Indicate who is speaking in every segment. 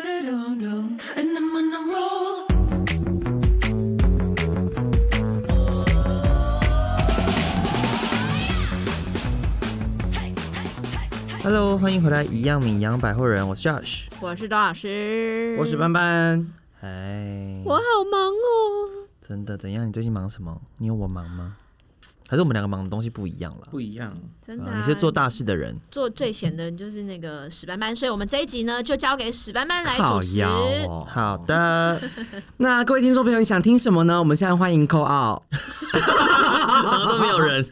Speaker 1: And I'm on a roll.
Speaker 2: Hello，欢迎回来，一样米阳百货人，我是 Josh，
Speaker 3: 我是董老师，
Speaker 4: 我是班班，
Speaker 2: 哎，
Speaker 3: 我好忙哦。
Speaker 2: 真的怎样？你最近忙什么？你有我忙吗？还是我们两个忙的东西不一样了？
Speaker 4: 不一样。
Speaker 3: 真的、
Speaker 2: 啊
Speaker 3: 啊
Speaker 2: 你是做大事的人，
Speaker 3: 做最闲的人就是那个史班班，所以我们这一集呢就交给史班班来主持。
Speaker 4: 腰哦
Speaker 2: 好 的，
Speaker 4: 那各位听众朋友，你想听什么呢？我们现在欢迎 call out。
Speaker 2: 怎么都没有人？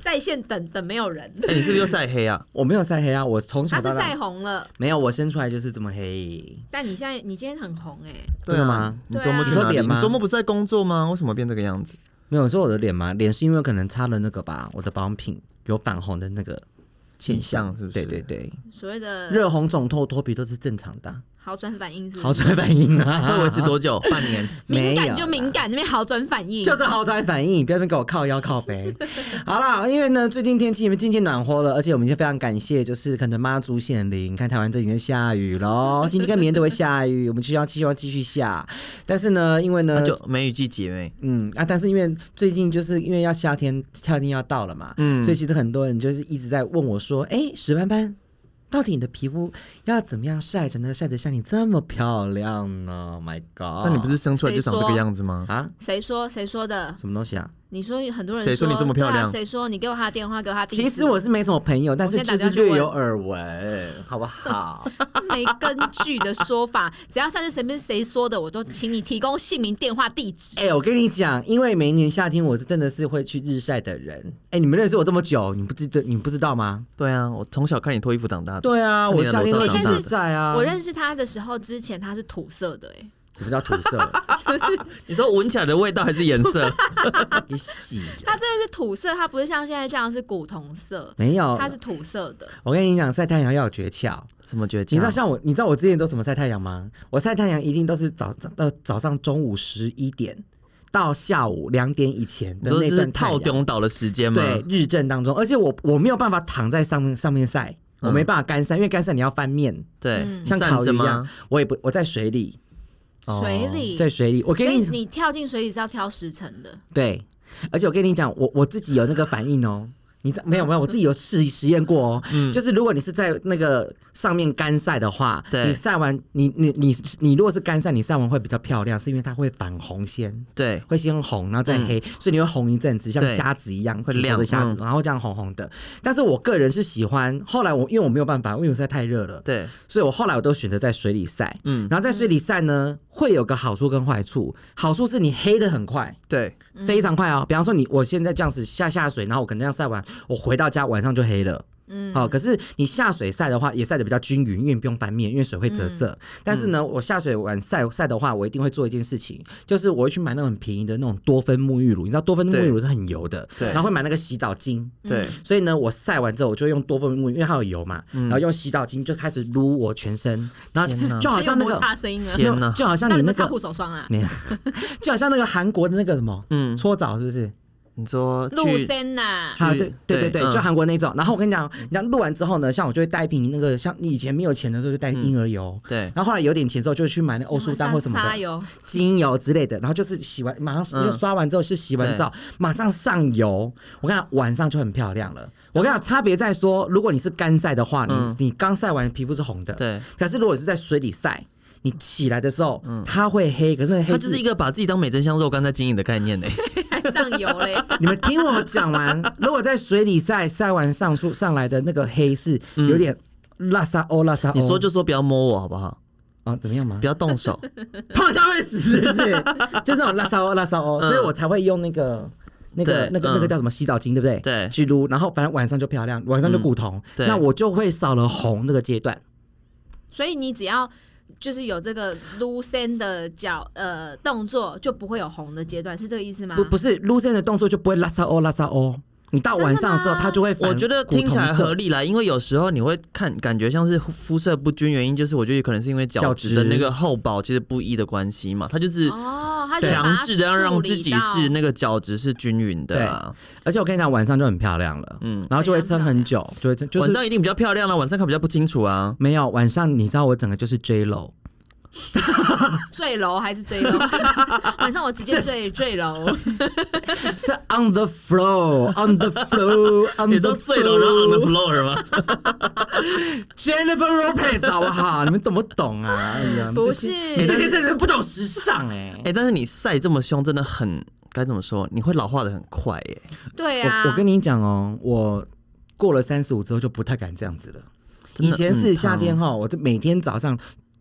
Speaker 3: 在线等等没有人，
Speaker 2: 哎，你是不是又晒黑啊？
Speaker 4: 我没有晒黑啊，我从
Speaker 3: 他
Speaker 4: 小
Speaker 3: 是
Speaker 4: 到
Speaker 3: 晒
Speaker 4: 大
Speaker 3: 红了，
Speaker 4: 没有，我生出来就是这么黑。
Speaker 3: 但你现在你今天很红哎、
Speaker 4: 真的吗？
Speaker 2: 你周末去
Speaker 4: 对
Speaker 2: 哪里？
Speaker 4: 啊你说脸吗
Speaker 2: 啊你周末不是在工作吗？为什么变这个样子？
Speaker 4: 没有，你说我的脸吗？脸是因为可能擦了那个吧，我的保养品有反红的那个现
Speaker 2: 迹象
Speaker 4: 象，
Speaker 2: 是不是
Speaker 4: 对对对，
Speaker 3: 所谓的
Speaker 4: 热红肿透脱皮都是正常的啊，
Speaker 3: 好转反应是不
Speaker 4: 好
Speaker 3: 是
Speaker 4: 转反应
Speaker 2: 会维
Speaker 4: 啊，
Speaker 2: 持多 久？半年。
Speaker 3: 敏
Speaker 4: 没有
Speaker 3: 感
Speaker 4: 啦
Speaker 3: 就敏感，那边好转反应
Speaker 4: 就是好转反应，不要再给我靠腰靠 背。好啦，因为呢，最近天气也渐渐暖和了，而且我们就非常感谢，就是可能妈祖显灵，你看台湾这几天下 雨喽，今天跟明天都会下雨，我们就要希望继续下。但是呢，因为
Speaker 2: 呃那
Speaker 4: 呢，
Speaker 2: 就梅雨季节欸呗。
Speaker 4: 嗯啊，但是因为最近就是因为要夏天，夏天要到了嘛，
Speaker 2: 嗯
Speaker 4: 嗯，所以其实很多人就是一直在问我说，哎、史斑斑。到底你的皮肤要怎么样晒才能晒得像你这么漂亮呢？My？”Oh God！
Speaker 2: 那你不是生出来就长这个样子吗？
Speaker 4: 哦啊
Speaker 3: 谁说谁说的？
Speaker 4: 什么东西啊？
Speaker 3: 你说很多人
Speaker 2: 谁说你这么漂亮
Speaker 3: 对啊谁、说你给我他的电话，给我他地址
Speaker 4: 其实我是没什么朋友，但是
Speaker 3: 我先打
Speaker 4: 就
Speaker 3: 电话去
Speaker 4: 是
Speaker 3: 问
Speaker 4: 略有耳闻，好不 好？
Speaker 3: 没根据的说法， 只要上次身边谁说的，我都请你提供姓名、电话、地址。
Speaker 4: 哎、我跟你讲，因为每一年夏天我是真的是会去日晒的人。哎、你们认识我这么久，你不知道你不知道吗？
Speaker 2: 对啊，我从小看你脱衣服长大的。
Speaker 4: 对啊，
Speaker 2: 看你
Speaker 4: 我
Speaker 2: 的
Speaker 4: 夏天
Speaker 2: 裸
Speaker 4: 会
Speaker 2: 照
Speaker 4: 去
Speaker 2: 长大的
Speaker 4: 日晒啊。
Speaker 3: 我认识他的时候，之前他是土色的、 哎，
Speaker 4: 什么叫土色？
Speaker 2: 你说闻起来的味道还是颜色？
Speaker 4: 你洗
Speaker 3: 他真的是土色，他不是像现在这样是古铜色，
Speaker 4: 没有？
Speaker 3: 他是土色的。
Speaker 4: 我跟你讲，晒太阳要有诀窍。
Speaker 2: 什么绝
Speaker 4: 你
Speaker 2: 技
Speaker 4: 知？
Speaker 3: 嗯
Speaker 4: 道像我，你知道我之前都怎么晒太阳吗？我晒太阳一定都是早早到早上中午十一点到下午两点以前
Speaker 2: 你
Speaker 4: 的
Speaker 2: 说
Speaker 4: 那
Speaker 2: 这是
Speaker 4: 段太
Speaker 2: 套
Speaker 4: 阳。
Speaker 2: 中岛的时间吗？
Speaker 4: 对，日正当中，而且我我没有办法躺在上面上面晒，我没办法干晒，因为干晒你要翻面，
Speaker 2: 对，
Speaker 3: 嗯
Speaker 4: 像
Speaker 2: 嗯站
Speaker 4: 烤
Speaker 2: 着
Speaker 4: 鱼一
Speaker 2: 吗
Speaker 4: 样？。我也不，我在水里，
Speaker 2: 哦
Speaker 3: 水里，
Speaker 4: 在水里，我
Speaker 3: 所
Speaker 4: 跟
Speaker 3: 以
Speaker 4: 你
Speaker 3: 你跳进水里是要挑时辰的。
Speaker 4: 对，而且我跟你讲，我我自己有那个反应哦。你
Speaker 2: 嗯
Speaker 4: 知没有没有，我自己有试实验过哦。就是如果你是在那个上面干晒的话，
Speaker 2: 对
Speaker 4: 你晒完，你你你你如果是干晒，你晒完会比较漂亮，是因为它会反红先。
Speaker 2: 对，
Speaker 4: 会先红，然后再黑，所以你会红一阵子，像
Speaker 2: 嗯对
Speaker 4: 虾子一样，
Speaker 2: 会
Speaker 4: 煮熟
Speaker 2: 亮嗯
Speaker 4: 的虾子，然后这样红红的。但是我个人是喜欢，后来我因为我没有办法，因为我实在太热了，
Speaker 2: 对，
Speaker 4: 所以我后来我都选择在水里晒。
Speaker 2: 嗯，
Speaker 4: 然后在水里晒呢，会有个好处跟坏处。好处是你黑的很快，
Speaker 2: 对，
Speaker 4: 非常快哦。比方说你，我现在这样子下下水，然后我可能这样晒完，我回到家晚上就黑了。
Speaker 3: 嗯，
Speaker 4: 好、可是你下水晒的话，也晒的比较均匀，因为你不用翻面，因为水会折射。但是呢，我下水晚晒晒的话，我一定会做一件事情，就是我会去买那种很便宜的那种多芬沐浴乳，你知道多芬沐浴乳是很油的，
Speaker 2: 对
Speaker 4: 然后会买那个洗澡巾。
Speaker 2: 对，
Speaker 4: 所以呢，我晒完之后，我就用多芬沐浴，因为它有油嘛，然后用洗澡巾就开始撸我全身，然
Speaker 2: 天哪
Speaker 4: 后就好像那
Speaker 3: 还有
Speaker 4: 个
Speaker 3: 摩，擦声音了。
Speaker 2: 天哪
Speaker 4: 没有就好像
Speaker 3: 那
Speaker 4: 你
Speaker 3: 你
Speaker 4: 那
Speaker 3: 们擦
Speaker 4: 个
Speaker 3: 护，手霜啊？
Speaker 4: 你就好像那个韩国的那个什么，
Speaker 2: 嗯，
Speaker 4: 搓澡是不是？
Speaker 2: 你说
Speaker 3: 露
Speaker 2: 去
Speaker 3: 森呐，
Speaker 4: 啊，
Speaker 2: 去
Speaker 4: 对对对
Speaker 2: 对
Speaker 4: 对，
Speaker 2: 嗯
Speaker 4: 就韩国那种。然后我跟你讲，你讲录完之后呢，像我就会带一瓶那个，像你以前没有钱的时候就带婴儿油。
Speaker 2: 对，
Speaker 4: 然后后来有点钱之后，就去买那欧舒丹或什么
Speaker 3: 沙
Speaker 4: 的
Speaker 3: 油，
Speaker 4: 精油之类的，然后就是洗完马上
Speaker 2: 嗯
Speaker 4: 因为刷完之后是洗完澡，马上上油。我跟你讲，晚上就很漂亮了。我跟你讲，差别在说，如果你是干晒的话，
Speaker 2: 嗯
Speaker 4: 你你刚晒完皮肤是红的，
Speaker 2: 对。
Speaker 4: 可是如果是在水里晒，你起来的时候它会黑，可是黑
Speaker 2: 他嗯就是一个把自己当美珍香肉干在经营的概念欸 呢。
Speaker 3: 还上油 嘞。
Speaker 4: 你们听我 讲完，如果在水里晒晒完上出上来的那个黑是有点拉萨欧拉萨欧，
Speaker 2: 嗯你说就说不要摸我好不好？
Speaker 4: 啊、怎么样嘛
Speaker 2: 不？要动手。
Speaker 4: 碰一下会死是不 是？就那种拉萨欧拉萨欧，所以我才会用那个。那个
Speaker 2: 嗯对、
Speaker 4: 那个、那个
Speaker 2: 嗯
Speaker 4: 叫什么洗澡巾，对不 对？
Speaker 2: 对嗯
Speaker 4: 去撸，然后反正晚上就漂亮，晚上就古铜。
Speaker 2: 对
Speaker 4: 那我就会少了红这个阶段。
Speaker 3: 所以你只要就是有这个撸森的脚呃动作，就不会有红的阶段，是这个意
Speaker 2: 啊
Speaker 3: 思吗？
Speaker 4: 不不是撸线的动作就不会拉萨欧拉萨欧。你到晚上的时候，
Speaker 3: 真的吗
Speaker 4: 它就会反
Speaker 2: 我觉得听起来
Speaker 4: 古铜色
Speaker 2: 合理啦，因为有时候你会看感觉像是肤色不均，原因就是我觉得可能是因为角
Speaker 4: 角
Speaker 2: 质
Speaker 4: 质
Speaker 2: 的那个厚薄其实不一的关系嘛。它就是
Speaker 3: 哦，它就把它
Speaker 2: 强制的要让
Speaker 3: 处理
Speaker 2: 自己
Speaker 3: 到
Speaker 2: 是那个角质是均匀的啊，
Speaker 4: 而且我跟你讲，晚上就很漂亮了，嗯，然后就会撑很久，就会撑，就
Speaker 2: 晚
Speaker 4: 是
Speaker 2: 上一定比较漂亮了，晚上看比较不清楚啊。
Speaker 4: 没有晚上，你知道我整个就是 J Lo，
Speaker 3: 坠楼还是 坠楼？晚上我直接坠坠楼，
Speaker 4: 是 on the floor，on the floor，on
Speaker 2: 你
Speaker 4: the
Speaker 2: 说最柔然后 on the
Speaker 4: floor
Speaker 2: floor 吗？
Speaker 4: Jennifer Lopez 好不好？你们懂不懂啊？哎呀，
Speaker 3: 不
Speaker 4: 这
Speaker 3: 是
Speaker 4: 些你这些真的是不懂时尚哎、
Speaker 2: 哎、但是你晒这么凶，真的很该怎么说？你会老化的很快耶、
Speaker 3: 对啊，
Speaker 4: 我我跟你讲哦，我过了三十五之后就不太敢这样子了。
Speaker 2: 真
Speaker 4: 以
Speaker 2: 的
Speaker 4: 前是夏天
Speaker 2: 嗯
Speaker 4: 哈，我就每天早上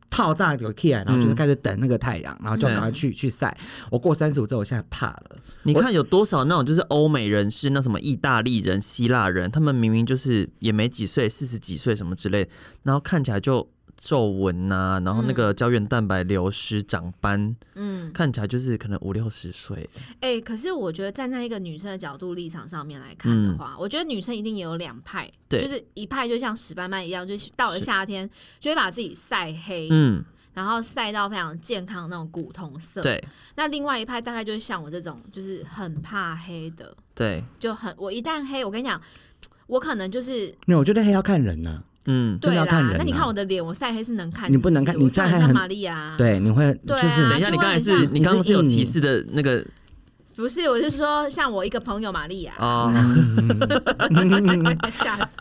Speaker 4: 套炸有 K 然后就是开始等那个太阳，
Speaker 2: 嗯
Speaker 4: 然后就赶快去去晒。我过三十五之后，我现在怕了。
Speaker 2: 你看有多少那种就是欧美人士，那什么意大利人、希腊人，他们明明就是也没几岁，四十几岁什么之类，然后看起来就皱纹呐、然后那个胶原蛋白流失、长斑，
Speaker 3: 嗯，
Speaker 2: 看起来就是可能五六十岁。
Speaker 3: 哎、可是我觉得站在一个女生的角度立场上面来看的
Speaker 4: 嗯
Speaker 3: 话，我觉得女生一定也有两派，
Speaker 2: 对
Speaker 3: 就是一派就像石斑斑一样，就是到了夏天就会把自己晒黑，
Speaker 2: 嗯，
Speaker 3: 然后晒到非常健康的那种古铜色。，
Speaker 2: 对
Speaker 3: 那另外一派大概就是像我这种，就是很怕黑的，
Speaker 2: 对，
Speaker 3: 就很我一旦黑，我跟你讲，我可能就是。
Speaker 4: 那我觉得还要看人呐、
Speaker 2: 嗯，
Speaker 4: 真
Speaker 3: 对
Speaker 4: 的要
Speaker 3: 啦，
Speaker 4: 看人
Speaker 3: 那你
Speaker 4: 啊
Speaker 3: 看我的脸，我晒黑是能看，
Speaker 4: 你
Speaker 3: 是
Speaker 4: 不能
Speaker 3: 是
Speaker 4: 看
Speaker 3: 我
Speaker 4: 你
Speaker 3: 就很
Speaker 4: 晒黑
Speaker 3: 像
Speaker 4: 很
Speaker 3: 玛丽啊，，
Speaker 4: 对，你会
Speaker 3: 对啊
Speaker 4: 就是
Speaker 2: 等一下，
Speaker 3: 就
Speaker 2: 你刚才
Speaker 3: 会很
Speaker 2: 是
Speaker 3: 像
Speaker 2: 你刚刚是有
Speaker 4: 你是
Speaker 2: 歧
Speaker 4: 印尼
Speaker 2: 视的那个
Speaker 3: 不是，我是说像我一个朋友玛丽亚，
Speaker 2: 哦，
Speaker 3: 吓死！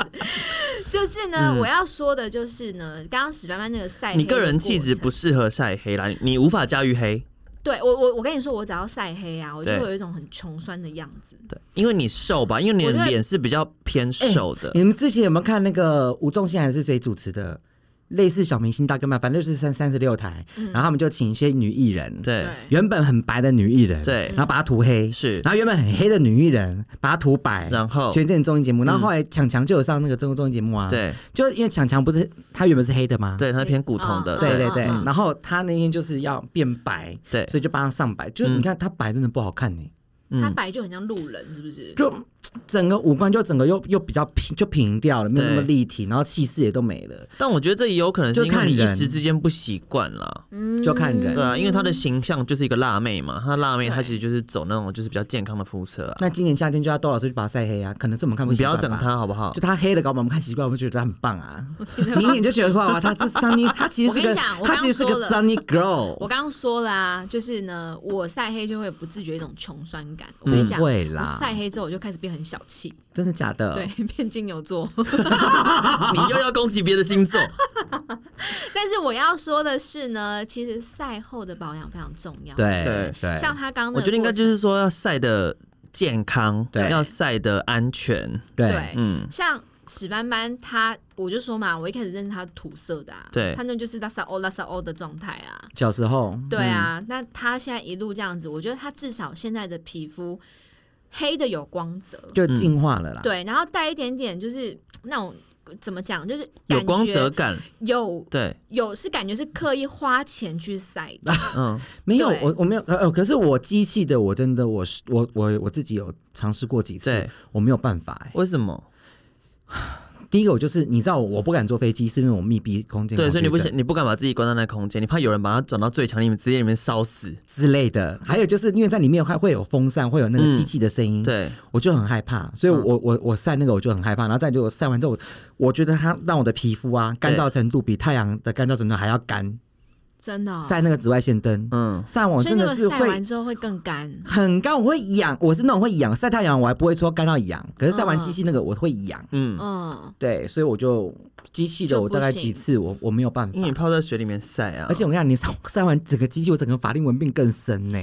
Speaker 3: 就是呢，我要说的就是呢，刚刚史斑斑那个晒黑的
Speaker 2: 嗯你个人气质不
Speaker 3: 过程
Speaker 2: 适合晒黑啦，你无法驾驭黑。
Speaker 3: 对我我我跟你说，我只要晒黑啊，我就
Speaker 2: 对
Speaker 3: 会有一种很穷酸的样子。
Speaker 2: 对，因为你瘦吧，因为你
Speaker 3: 我觉
Speaker 2: 的
Speaker 3: 得哎
Speaker 2: 脸是比较偏瘦的。
Speaker 4: 哎你们之前有没有看那个吴宗宪还是谁主持的？类似小明星大哥嘛，反正就是三三十六台，然后他们就请一些女艺人，
Speaker 2: 嗯对，
Speaker 4: 原本很白的女艺人，
Speaker 2: 对
Speaker 4: 然后把她涂黑，
Speaker 2: 是
Speaker 4: 然后原本很黑的女艺人把她涂白，
Speaker 2: 然后嗯
Speaker 4: 全这综艺节目，然后后来强强就有上那个综综艺节目啊，，
Speaker 2: 对
Speaker 4: 就因为强强不是她原本是黑的吗？
Speaker 2: 对，它是偏古铜的。
Speaker 3: 嗯
Speaker 4: 对对
Speaker 3: 嗯
Speaker 4: 对，然后她那天就是要变白，
Speaker 2: 对嗯
Speaker 4: 所以就帮她上白，就是你看她白真的不好看呢、
Speaker 3: 他本来就很像路人，是不是？
Speaker 4: 就整个五官就整个又又比较平，就平掉了，没有那么
Speaker 2: 对
Speaker 4: 立体，然后气势也都没了，
Speaker 2: 但我觉得这也有可能是
Speaker 4: 就
Speaker 2: 因为
Speaker 4: 看
Speaker 2: 你一
Speaker 4: 人
Speaker 2: 时之间不习惯啦。
Speaker 3: 嗯
Speaker 4: 就看人
Speaker 2: 对啊，因为她的形象就是一个辣妹嘛，她辣妹
Speaker 3: 对
Speaker 2: 她其实就是走那种就是比较健康的肤色啊。
Speaker 4: 那今年夏天就要多少岁去把它晒黑啊？可能是我们看不
Speaker 2: 你不
Speaker 4: 习
Speaker 2: 要
Speaker 4: 惯吧
Speaker 2: 整她好不好
Speaker 4: 就？他黑的搞不好我们看习惯，我们觉得他很棒啊。明年就觉得哇，他这 Sunny，他其实是
Speaker 3: 我跟
Speaker 4: 个
Speaker 3: 你讲我刚
Speaker 4: 他其实是个
Speaker 3: 说了
Speaker 4: Sunny
Speaker 3: 我
Speaker 4: Girl，
Speaker 3: 刚刚说了啊，就是呢，我晒黑就会有不自觉一种穷酸感。我
Speaker 4: 不
Speaker 3: 跟你讲，
Speaker 4: 会
Speaker 3: 我
Speaker 4: 啦，
Speaker 3: 晒黑之后我就开始变很小气，
Speaker 4: 真的假
Speaker 2: 呃
Speaker 4: 的？
Speaker 3: 对，， 变金牛座。
Speaker 2: 你又要攻击别的星 座，
Speaker 3: 但是我要说的是呢，其实晒后的保养非常重要。，
Speaker 4: 对
Speaker 2: 对
Speaker 4: 对，
Speaker 3: 像他刚刚那
Speaker 2: 我
Speaker 3: 个
Speaker 2: 觉得应该
Speaker 3: 过
Speaker 2: 就是说要晒的健康，
Speaker 4: 对
Speaker 2: 要晒的安全，
Speaker 4: 对
Speaker 3: 对，
Speaker 2: 嗯，
Speaker 3: 像史斑斑他，我就说嘛，我一开始认识他土色的、啊，
Speaker 2: 对
Speaker 3: 他那就是拉萨欧拉萨欧的状态啊，
Speaker 4: 小时候
Speaker 3: 对啊，
Speaker 2: 嗯
Speaker 3: 那他现在一路这样子，我觉得他至少现在的皮肤黑的有光泽，
Speaker 4: 就
Speaker 2: 嗯
Speaker 4: 进化
Speaker 2: 啊
Speaker 4: 了啦。
Speaker 3: 对，然后带一点点就是那种怎么讲，就是感觉
Speaker 2: 有光泽感，
Speaker 3: 有
Speaker 2: 对，
Speaker 3: 有是感觉是刻意花钱去晒的，
Speaker 2: 嗯，
Speaker 4: 没有，
Speaker 3: 对
Speaker 4: 我我没有，呃呃，可是我机器的，我真的我是我我我自己有尝试过几次
Speaker 2: 对，
Speaker 4: 我没有办法哎。
Speaker 2: 为什么？
Speaker 4: 第一个我就是你知道我不敢坐飞机，是因为我密闭空间恐
Speaker 2: 对，
Speaker 4: 惧
Speaker 2: 所以你不想，
Speaker 4: 症
Speaker 2: 你不敢把自己关在那空间，你怕有人把它转到最强，你们直接里面烧死。
Speaker 4: 之类的，还有就是因为在里面还会有风扇，会有那个
Speaker 2: 嗯
Speaker 4: 机器的声音，
Speaker 2: 对，
Speaker 4: 我就很害怕，所以我、我我晒那个我就很害怕，然后再就我晒完之后，我我觉得它让我的皮肤啊干燥程度比太阳的干燥程度还要干，
Speaker 3: 真的、哦。
Speaker 4: 晒那个紫外线灯，
Speaker 2: 嗯，
Speaker 4: 晒完我
Speaker 3: 所以
Speaker 4: 真
Speaker 3: 那
Speaker 4: 的
Speaker 3: 个
Speaker 4: 是
Speaker 3: 晒
Speaker 4: 会
Speaker 3: 完之后会更干，
Speaker 4: 很干，我会痒，我是那种会痒，晒太阳我还不会说干到痒，可是晒完
Speaker 3: 嗯
Speaker 4: 机器那个我会痒，
Speaker 2: 嗯，
Speaker 3: 嗯，
Speaker 4: 对，所以我就机器的
Speaker 3: 就
Speaker 4: 我
Speaker 3: 不
Speaker 4: 大概
Speaker 3: 行
Speaker 4: 几次我我没有办法
Speaker 2: 因为。你泡在水里面晒啊，
Speaker 4: 而且我跟你讲，你晒晒完整个机器，我整个法令纹病更深 呢、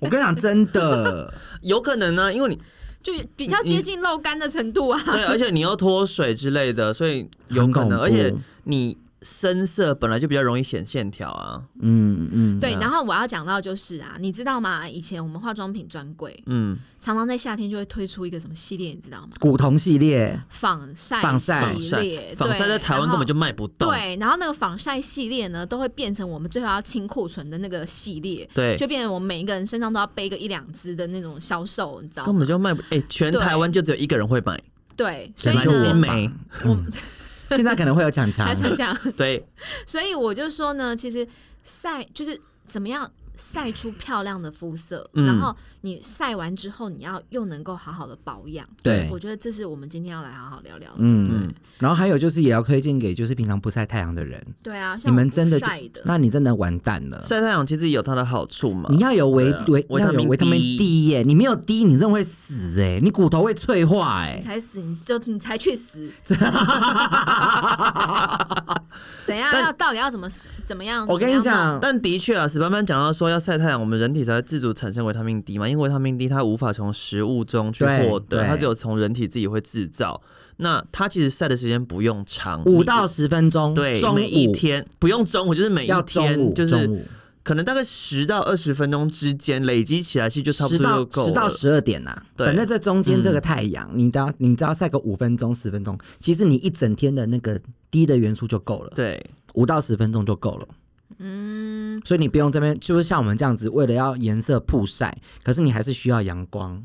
Speaker 4: 我跟你讲，真的，
Speaker 2: 有可能呢、因为你
Speaker 3: 就比较接近漏干的程度啊。
Speaker 2: 对，而且你又脱水之类的，所以有可
Speaker 4: 很恐
Speaker 2: 能，
Speaker 4: 怖
Speaker 2: 而且你深色本来就比较容易显线条啊，
Speaker 4: 嗯嗯，
Speaker 3: 对，然后我要讲到就是啊，你知道吗？以前我们化妆品专柜
Speaker 2: 嗯，
Speaker 3: 常常在夏天就会推出一个什么系列，你知道吗？
Speaker 4: 古铜系列，
Speaker 3: 防晒
Speaker 4: 防晒
Speaker 2: 防
Speaker 3: 系
Speaker 2: 晒
Speaker 3: 列，，
Speaker 2: 防晒
Speaker 3: 对
Speaker 2: 在台湾根本就。卖不
Speaker 3: 然
Speaker 2: 动
Speaker 3: 后，对，然后那个防晒系列呢，都会变成我们最后要清库存的那个系列，
Speaker 2: 对
Speaker 3: 就变成我们每一个人身上都要背个一两支的那种销售，你知道
Speaker 2: 根
Speaker 3: 吗？
Speaker 2: 本就卖不，哎、全
Speaker 3: 对
Speaker 2: 台湾就只有一个人会买，
Speaker 3: 对，所
Speaker 4: 全
Speaker 3: 以
Speaker 4: 部
Speaker 2: 蓝心
Speaker 3: 呢，
Speaker 2: 湄，
Speaker 4: 现在可能会有抢
Speaker 2: 嗯
Speaker 4: 强
Speaker 3: 来，讲讲，
Speaker 2: 对，
Speaker 3: 所以我就说呢，其实晒就是怎么样。晒出漂亮的肤色，
Speaker 2: 嗯
Speaker 3: 然后你晒完之后，你要又能够好好的保养。
Speaker 4: 对
Speaker 3: 我觉得这是我们今天要来好好聊聊的。
Speaker 4: 嗯，然后还有就是也要推荐给就是平常不晒太阳的人，
Speaker 3: 对啊，
Speaker 4: 你
Speaker 3: 像
Speaker 4: 们
Speaker 3: 我不
Speaker 4: 真的就
Speaker 3: 晒的，
Speaker 4: 那你真的完蛋了。
Speaker 2: 晒太阳其实也有它的好处嘛。
Speaker 4: 你要有维
Speaker 2: 对啊
Speaker 4: 维
Speaker 2: 维
Speaker 4: 要
Speaker 2: 他
Speaker 4: 有
Speaker 2: 命
Speaker 4: 维他命
Speaker 2: D
Speaker 4: D 耶、你没有 D，你真的会死哎、你骨头会脆化哎、
Speaker 3: 你才死，你就你才去死。 怎样？
Speaker 2: 但
Speaker 3: 要到底要怎么怎么样？
Speaker 4: 我跟你
Speaker 3: 怎么样弄，
Speaker 4: 讲，
Speaker 2: 但的确啊，史班班讲到说要晒太阳，我们人体才会自主产生维他命 D 嘛，因为维他命 D 它无法从食物中去
Speaker 4: 对
Speaker 2: 获得，
Speaker 4: 对
Speaker 2: 它只有从人体自己会制造。那它其实晒的时间不用长，
Speaker 4: 五
Speaker 2: 你
Speaker 4: 到十分钟，
Speaker 2: 对
Speaker 4: 中午
Speaker 2: 每一天不用中午，就是每
Speaker 4: 要
Speaker 2: 一
Speaker 4: 中午
Speaker 2: 天，就
Speaker 4: 中
Speaker 2: 是
Speaker 4: 午
Speaker 2: 可能大概十到二十分钟之间累积起来，其实就差不
Speaker 4: 十
Speaker 2: 多就
Speaker 4: 到
Speaker 2: 够
Speaker 4: 十到
Speaker 2: 了。
Speaker 4: 十二点呐、啊，
Speaker 2: 对嗯
Speaker 4: 反正这中间这个太阳，你只要你只要晒个五分钟十分钟，其实你一整天的那个 D 的元素就够了，
Speaker 2: 对，
Speaker 4: 五到十分钟就够了。
Speaker 3: 嗯，
Speaker 4: 所以你不用这边，就是像我们这样子，为了要颜色曝晒，可是你还是需要阳光。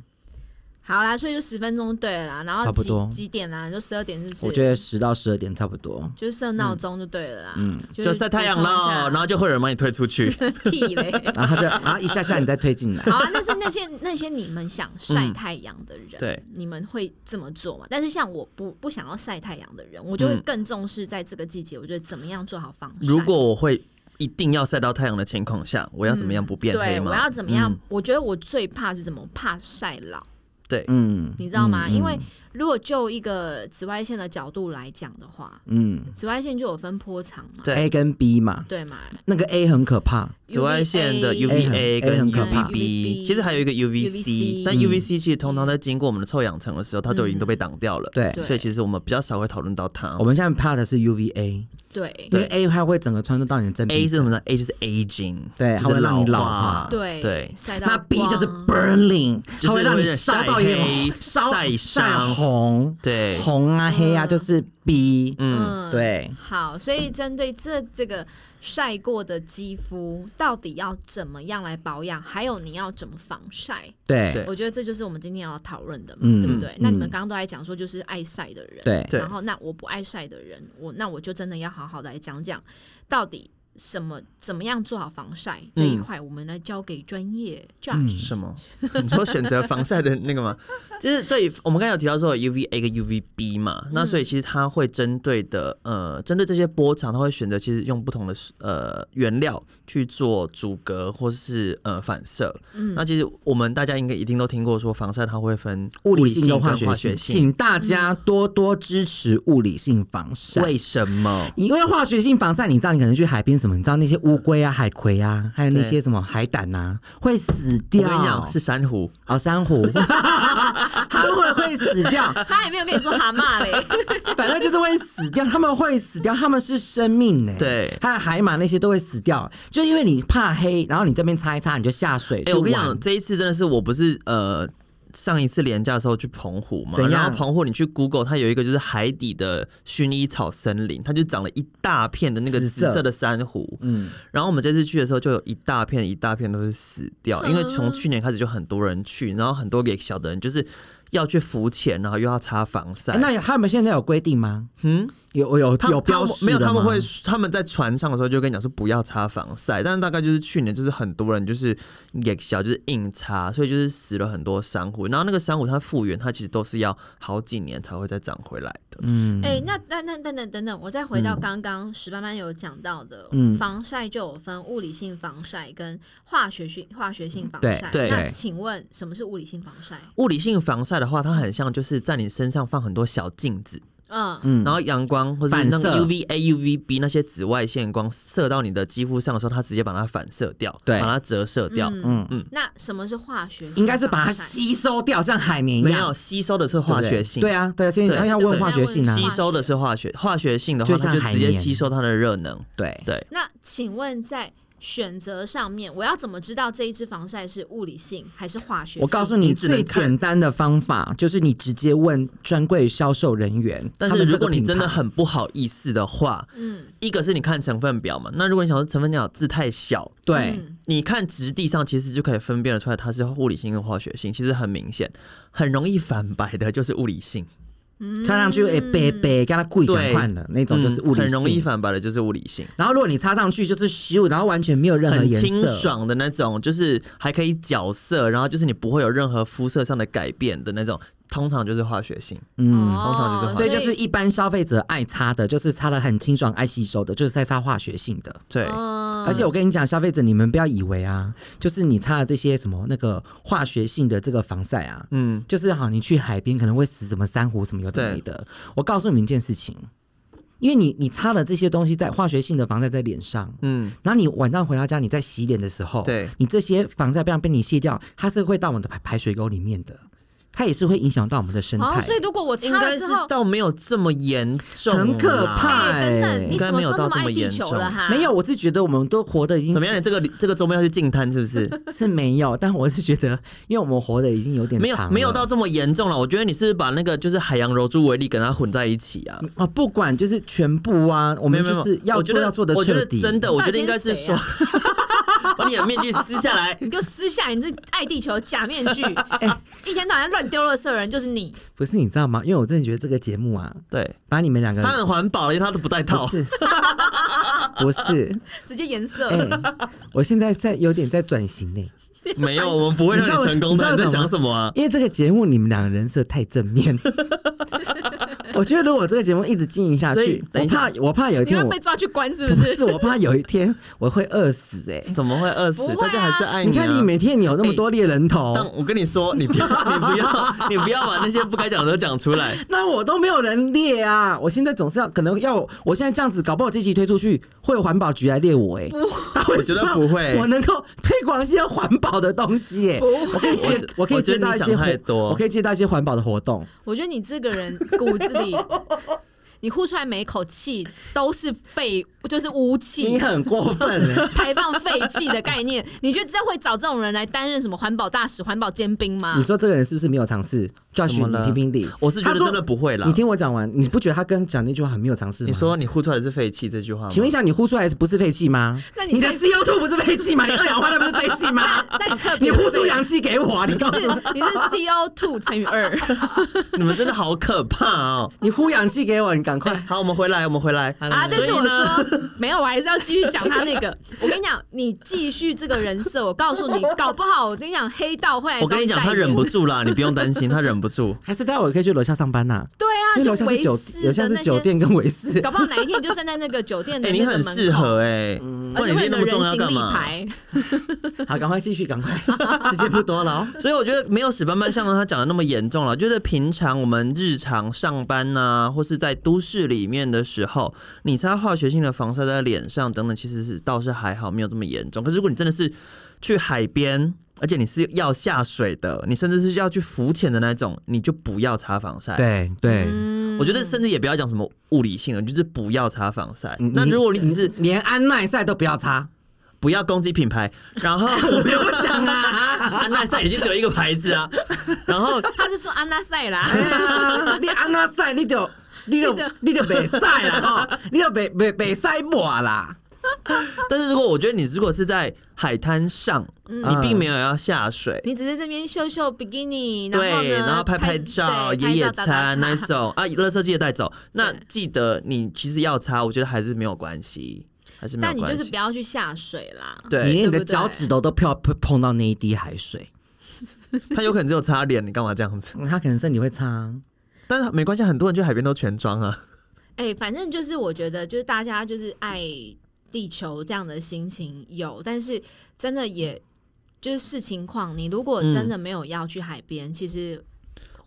Speaker 3: 好啦，所以就十分钟对了啦，然
Speaker 4: 差
Speaker 3: 后
Speaker 4: 不
Speaker 3: 几
Speaker 4: 多
Speaker 3: 几点啊啦？你就十二点是不是？
Speaker 4: 我觉得十到十二点差 不多。
Speaker 3: 就是设闹钟就对了啦，嗯，
Speaker 2: 就晒太阳了，然后就会有人把你推出 去。
Speaker 3: 后屁嘞。
Speaker 4: 然后他就，然后一下下你再推 进来。
Speaker 3: 好啊，那是那些那些你们想晒太阳的人，
Speaker 2: 对，
Speaker 3: 你们会这么做吗？但是像我不不想要晒太阳的人，我就会更重视在这个季节，我觉得怎么样做好防晒。
Speaker 2: 如果我会一定要晒到太阳的情况下，我要怎么样不变黑
Speaker 3: 对，
Speaker 2: 吗？
Speaker 3: 我要怎么样？我觉得我最怕是什么？怕晒老。
Speaker 2: 对，
Speaker 4: 嗯，
Speaker 3: 你知道吗？因为如果就一个紫外线的角度来讲的话，
Speaker 4: 嗯
Speaker 3: 紫外线就有分波长嘛，
Speaker 2: 对
Speaker 4: A 跟 B 嘛，
Speaker 3: 对嘛？
Speaker 4: 那个 A 很可怕，
Speaker 2: 紫外线的
Speaker 4: A 哎
Speaker 2: UVA 跟
Speaker 4: 很可怕
Speaker 2: UVB，其实还有一个
Speaker 3: UVC
Speaker 2: UVC，但
Speaker 4: 嗯
Speaker 2: UVC 其实通常在经过我们的臭氧层的时候，它都已经都被挡掉了。
Speaker 4: 嗯对
Speaker 3: 对
Speaker 2: 所以其实我们比较少会讨论到它
Speaker 4: 我。们现在怕的是 UVA，
Speaker 3: 对
Speaker 4: 因为 A 它会整个穿透到你的真皮
Speaker 2: A 是
Speaker 4: 层
Speaker 2: 什么呢？A 就是 aging，
Speaker 4: 对它
Speaker 2: 就
Speaker 4: 会
Speaker 2: 是
Speaker 4: 让你老化
Speaker 2: 化。
Speaker 3: 对
Speaker 2: 对，
Speaker 3: 晒到
Speaker 4: 那 B 就是
Speaker 3: 光
Speaker 4: burning，
Speaker 2: 就是
Speaker 4: 它会让你
Speaker 2: 会
Speaker 4: 烧到
Speaker 2: 晒
Speaker 4: 有点
Speaker 2: 黑
Speaker 4: 烧
Speaker 2: 晒
Speaker 4: 晒
Speaker 2: 伤
Speaker 4: 红，
Speaker 2: 对
Speaker 4: 红啊黑啊就是 B，
Speaker 2: 嗯，
Speaker 3: 嗯，
Speaker 4: 对，
Speaker 3: 好，所以针对这这个晒过的肌肤，到底要怎么样来保养？还有你要怎么防晒？
Speaker 4: 对
Speaker 2: 对
Speaker 3: 我觉得这就是我们今天要讨论的嘛，
Speaker 4: 嗯
Speaker 3: 对不对？
Speaker 4: 嗯
Speaker 3: 那你们刚刚都在讲说，就是爱晒的人，
Speaker 4: 对
Speaker 2: 对
Speaker 3: 然后那我不爱晒的人，我那我就真的要好好的来讲讲，到底什么怎么样做好防晒这
Speaker 4: 嗯
Speaker 3: 一块，我们来交给专业 Josh。
Speaker 2: 什么？ 你说选择防晒的那个 吗？就是对于我们刚才有提到说有 UVA 跟 UVB 嘛，那所以其实它会针对的呃，针对这些波长，它会选择其实用不同的呃原料去做阻隔或是呃反射。那其实我们大家应该一定都听过说防晒它会分
Speaker 4: 物理性跟
Speaker 2: 跟
Speaker 4: 化
Speaker 2: 化
Speaker 4: 学性，
Speaker 2: 性，
Speaker 4: 请大家多多支持物理性防晒。
Speaker 2: 为什么？
Speaker 4: 因为化学性防晒，你知道，你可能去海边什么，你知道那些乌龟啊、海葵啊，还有那
Speaker 2: 对
Speaker 4: 些什么海胆啊，会死
Speaker 2: 我
Speaker 4: 掉。
Speaker 2: 跟你讲，是珊瑚。
Speaker 4: 哦，珊瑚，它们会死掉，
Speaker 3: 他也没有跟你说蛤蟆嘞，
Speaker 4: 反正就是会死掉，他们会死掉，他们是生命呢、
Speaker 2: 对
Speaker 4: 还有海马那些都会死掉，就因为你怕黑，然后你这边擦一擦，你就下水
Speaker 2: 哎、
Speaker 4: 去
Speaker 2: 我跟你
Speaker 4: 玩
Speaker 2: 讲，。这一次真的是我不是呃上一次廉假的时候去澎湖嘛
Speaker 4: 怎，样
Speaker 2: 然后澎湖你去 Google，它有一个就是海底的薰衣草森林，它就长了一大片的那个
Speaker 4: 紫
Speaker 2: 紫
Speaker 4: 色
Speaker 2: 色的珊瑚。
Speaker 4: 嗯，
Speaker 2: 然后我们这次去的时候，就有一大片一大片都是死掉，因为
Speaker 4: 啊
Speaker 2: 从去年开始就很多人去，然后很多给小的人就是要去浮潜，然后又要擦防晒。
Speaker 4: 哎那他们现在有规定吗？嗯，有有
Speaker 2: 他
Speaker 4: 有
Speaker 2: 他
Speaker 4: 标
Speaker 2: 们
Speaker 4: 识
Speaker 2: 没有，
Speaker 4: 的
Speaker 2: 他们
Speaker 4: 吗
Speaker 2: 会他们在船上的时候就跟你讲说不要擦防晒，但是大概就是去年就是很多人就是也小就是硬擦，所以就是死了很多珊瑚。然后那个珊瑚它复原，它其实都是要好几年才会再长回来的。
Speaker 4: 嗯
Speaker 3: 哎、那那那等等等等，我再回
Speaker 2: 嗯
Speaker 3: 到刚刚石斑斑有讲到的，防晒就有分物理性防晒跟化学性化学性防晒。
Speaker 2: 对对
Speaker 3: 那请问什么是物理性防晒？
Speaker 2: 物理性防晒的话，它很像就是在你身上放很多小镜子，
Speaker 3: 嗯，
Speaker 2: 然后阳光或者
Speaker 4: 反
Speaker 2: 那个
Speaker 4: 射
Speaker 2: UVA、UVB 那些紫外线光射到你的肌肤上的时候，它直接把它反射掉，
Speaker 4: 对
Speaker 2: 把它折射掉。
Speaker 3: 那什么是化学性防晒？
Speaker 4: 应该是把它吸收掉，像海绵一
Speaker 2: 没
Speaker 4: 样。
Speaker 2: 有吸收的是化学性，
Speaker 4: 对啊，对啊，现在
Speaker 2: 对
Speaker 4: 要问化学性啊，
Speaker 3: 对
Speaker 2: 吸收的是化学，化学性的话，
Speaker 4: 就像
Speaker 2: 它就直接
Speaker 4: 海绵
Speaker 2: 吸收它的热能。
Speaker 4: 对
Speaker 2: 对，
Speaker 3: 那请问在选择上面，我要怎么知道这一支防晒是物理性还是化学性？
Speaker 4: 我告诉你，
Speaker 2: 你只能
Speaker 4: 最
Speaker 2: 看
Speaker 4: 简单的方法就是你直接问专柜销售人员。
Speaker 2: 但
Speaker 4: 他
Speaker 2: 是
Speaker 4: 们这
Speaker 2: 如
Speaker 4: 个
Speaker 2: 果你
Speaker 4: 品
Speaker 2: 真的
Speaker 4: 牌
Speaker 2: 很不好意思的话，
Speaker 3: 嗯，
Speaker 2: 一个是你看成分表嘛，那如果你想说成分表字太小，
Speaker 4: 对，
Speaker 3: 嗯
Speaker 2: 你看质地上其实就可以分辨得出来它是物理性跟化学性，其实很明显，很容易反白的就是物理性。
Speaker 4: 擦上去诶白白，跟它贵赶
Speaker 2: 对，
Speaker 4: 快的那种，就是物理
Speaker 2: 嗯很容易
Speaker 4: 性。
Speaker 2: 反白的，就是物理性。
Speaker 4: 然后如果你擦上去就是虚无，然后完全没有任何
Speaker 2: 很
Speaker 4: 颜
Speaker 2: 清
Speaker 4: 色，
Speaker 2: 爽的那种，就是还可以角色，然后就是你不会有任何肤色上的改变的那种，通常就是化学性。
Speaker 3: 嗯
Speaker 2: 通常就是化
Speaker 4: 所以就是一般消费者爱擦的，就是擦的很清爽、爱吸收的，就是在擦化学性的。
Speaker 2: 对，
Speaker 3: 哦
Speaker 2: 嗯
Speaker 3: 嗯
Speaker 4: 而且我跟你讲，消费者你们不要以为啊，就是你擦的这些什么那个化学性的这个防晒啊，
Speaker 2: 嗯，
Speaker 4: 就是好，你去海边可能会死什么珊瑚什么有的没的。我告诉你们一件事情，因为你你擦了这些东西在化学性的防晒在脸上，
Speaker 2: 嗯，
Speaker 4: 然后你晚上回到家你在洗脸的时候，
Speaker 2: 对
Speaker 4: 你这些防晒棒被你卸掉，它是会到我们的排排水沟里面的，它也是会影响到我们的生态，
Speaker 3: 哦，所以如果我擦
Speaker 2: 应该
Speaker 3: 了
Speaker 2: 是
Speaker 3: 之后，
Speaker 2: 倒没有这么严重啦，
Speaker 4: 很可怕
Speaker 3: 哎，等等，你
Speaker 2: 应该
Speaker 3: 什么
Speaker 2: 没
Speaker 3: 时
Speaker 2: 有
Speaker 3: 候那
Speaker 2: 到
Speaker 3: 么
Speaker 2: 这么
Speaker 3: 爱地
Speaker 2: 严
Speaker 3: 球
Speaker 2: 重
Speaker 3: 了哈？
Speaker 4: 没有，，我是觉得我们都活得已经
Speaker 2: 啊怎么样？你这个这个周末要去净滩是不 是？
Speaker 4: 是没有，但我是觉得，因为我们活得已经有点
Speaker 2: 没
Speaker 4: 长啊
Speaker 2: 有
Speaker 4: 了
Speaker 2: 没有到这么严重了。我觉得你是把那个就是海洋柔珠微粒跟它混在一起啊。
Speaker 4: 啊，不管就是全部啊，我
Speaker 2: 没有
Speaker 4: 们
Speaker 2: 没有没
Speaker 4: 就是
Speaker 2: 有
Speaker 4: 要
Speaker 2: 我觉
Speaker 4: 做
Speaker 2: 得
Speaker 4: 要做的
Speaker 2: 我觉
Speaker 4: 彻
Speaker 2: 得
Speaker 4: 底，
Speaker 2: 真的，我觉得应该
Speaker 3: 到底
Speaker 2: 是
Speaker 3: 是谁
Speaker 2: 说
Speaker 3: 啊，
Speaker 2: 把你的面具撕下 来。
Speaker 3: 你给我撕下来你这爱地球的假面具，
Speaker 4: 哎
Speaker 3: 一天到晚乱丢垃圾的人就是你。
Speaker 4: 不是你知道吗？因为我真的觉得这个节目啊，
Speaker 2: 对，
Speaker 4: 把你们两个
Speaker 2: 它很环保，因为它都不戴套
Speaker 4: 不。是 不是，
Speaker 3: 直接颜色。
Speaker 4: 哎、我现在在有点在转型呢、
Speaker 2: 没有，我们不会让你成功的。
Speaker 4: 哎你
Speaker 2: 你
Speaker 4: 知道
Speaker 2: 在
Speaker 4: 我
Speaker 2: 想什么啊？
Speaker 4: 因为这个节目你们两个人设太正 面，我觉得如果这个节目一直经营下
Speaker 2: 所以
Speaker 4: 去，我
Speaker 2: 等一
Speaker 4: 怕
Speaker 2: 下
Speaker 4: 我怕有一
Speaker 3: 你
Speaker 4: 天
Speaker 3: 会
Speaker 4: 我
Speaker 3: 被抓去关是
Speaker 4: 不
Speaker 3: 不是？
Speaker 4: 是我怕有一天我会饿死哎、
Speaker 2: 怎么会饿死？
Speaker 3: 不会啊
Speaker 2: 大家还是爱
Speaker 4: 你
Speaker 2: 啊
Speaker 4: 看你每天你有那么多猎人头，
Speaker 2: 但我跟你说，你 不要，你不要，你不要把那些不该讲的都讲出来。
Speaker 4: 那我都没有人列啊！我现在总是要可能要我，我现在这样子，搞不好这集推出去会有环保局来列我哎、欸，他会
Speaker 2: 我觉得
Speaker 4: 希望
Speaker 2: 不会
Speaker 4: 我能够推广一些环保的东西哎、欸，
Speaker 3: 不
Speaker 4: 我可以
Speaker 3: 会，
Speaker 4: 接，我可以
Speaker 2: 我觉
Speaker 4: 接
Speaker 2: 得
Speaker 4: 到一
Speaker 2: 你
Speaker 4: 些
Speaker 2: 想太
Speaker 4: 活
Speaker 2: 多
Speaker 4: 我可以接到一些环保的活动。
Speaker 3: 我觉得你这个人骨子里，你呼出来每一口气都是废，就是污
Speaker 4: 你
Speaker 3: 气。
Speaker 4: 很过分、欸，
Speaker 3: 排放废气的概念，你觉得真会找这种人来担任什么环保大使、环保尖兵吗
Speaker 4: 你？说这个人是不是没有尝试？教训
Speaker 2: 么
Speaker 4: 你
Speaker 2: 了
Speaker 4: 评评理。
Speaker 2: 我是觉
Speaker 4: 他
Speaker 2: 得
Speaker 4: 说
Speaker 2: 真的不会啦
Speaker 4: 你。听我讲完，你不觉得他刚讲那句话很没有尝试吗？
Speaker 2: 你说你呼出来的是废气这句话吗？
Speaker 4: 请问一下，你呼出来不是废气吗？
Speaker 3: 那你
Speaker 4: 你的
Speaker 3: 在
Speaker 4: CO2 不是 废气吗？你二氧化碳不是废气吗？
Speaker 3: 那你特
Speaker 4: 你
Speaker 3: 别
Speaker 4: 呼出阳气给 我啊！你告诉
Speaker 3: 是
Speaker 4: 我，
Speaker 3: 你是 CO two 乘以二，
Speaker 2: 你们真的好可怕 哦！
Speaker 4: 你呼氧气给我，你赶快。
Speaker 2: 好，我们回来，我们回来
Speaker 3: 啊！
Speaker 2: 嗯
Speaker 3: 但
Speaker 2: 所
Speaker 3: 是
Speaker 2: 以
Speaker 3: 我
Speaker 2: 呢，
Speaker 3: 说没有，我还是要继续讲他那个。 我跟你讲，你继续这个人设，我告诉你，搞不好我跟你讲，黑道会来。
Speaker 2: 我跟你讲，他忍不。住啦，你不用担心，他忍不住。
Speaker 4: 还是待会儿可以去楼下上班呐、
Speaker 3: 对啊，
Speaker 4: 因为
Speaker 3: 就
Speaker 4: 楼下是
Speaker 3: 维
Speaker 4: 酒，
Speaker 3: 氏
Speaker 4: 楼下
Speaker 3: 的
Speaker 4: 是
Speaker 3: 那
Speaker 4: 酒
Speaker 3: 些，
Speaker 4: 店跟维斯。
Speaker 3: 搞不好哪一天你就站在那个酒店 的
Speaker 2: 哎，
Speaker 3: 那
Speaker 2: 你
Speaker 3: 个
Speaker 2: 很
Speaker 3: 门
Speaker 2: 适
Speaker 3: 口，
Speaker 2: 合哎，不
Speaker 3: 而且
Speaker 2: 然你
Speaker 3: 会
Speaker 2: 练那么
Speaker 3: 有人
Speaker 2: 重要
Speaker 3: 形
Speaker 2: 干
Speaker 3: 立
Speaker 2: 嘛？
Speaker 3: 牌。
Speaker 4: 好，赶快继续，赶快，时 间不多了哦。
Speaker 2: 所以我觉得没有史斑斑像他讲的那么严重了。就是平常我们日常上班呐、或是在都市里面的时候，你擦化学性的防晒在脸上等等，其实是倒是还好，没有这么严重。可是如果你真的是去海边，而且你是要下水的，你甚至是要去浮潜的那种，你就不要擦防晒。，
Speaker 4: 对对，
Speaker 3: 嗯
Speaker 2: 我觉得甚至也不要讲什么物理性的，就是不要擦防晒。
Speaker 4: 嗯你
Speaker 2: 那如果你只是
Speaker 4: 连安耐晒都不要擦，
Speaker 2: 不要攻击品牌，然后我没有讲啊，安耐晒已经只有一个牌子啊，然后
Speaker 3: 他是说安娜塞 啦，
Speaker 4: 哎呀 你安耐晒你就你就你就北晒啦吼，你就北北北晒抹啦。
Speaker 2: 但是如果我觉得你如果是在海滩上，
Speaker 3: 嗯
Speaker 2: 你并没有要下水，
Speaker 3: 你只是这边秀秀比基尼，然后
Speaker 2: 对，
Speaker 3: 呢，
Speaker 2: 然后拍
Speaker 3: 拍
Speaker 2: 照、
Speaker 3: 对
Speaker 2: 野
Speaker 3: 拍
Speaker 2: 野
Speaker 3: 照打打
Speaker 2: 餐那
Speaker 3: 卡
Speaker 2: 种啊，垃圾记得带走。那
Speaker 3: 对
Speaker 2: 记得你其实要擦，我觉得还是没有关系，还是没有
Speaker 3: 但你就
Speaker 2: 关
Speaker 3: 是不
Speaker 2: 系。
Speaker 3: 要去下水啦。
Speaker 4: 你
Speaker 2: 对，
Speaker 4: 连你的
Speaker 3: 对不对
Speaker 4: 脚趾头都碰碰到那一滴海水，
Speaker 2: 他有可能只有擦脸，你干嘛这样子？
Speaker 4: 嗯他可能身体会擦。
Speaker 2: 但是没关系，很多人去海边都全装啊。
Speaker 3: 哎、反正就是我觉得，就是大家就是爱地球这样的心情有，但是真的也就是视情况，你如果真的没有要去海边，其实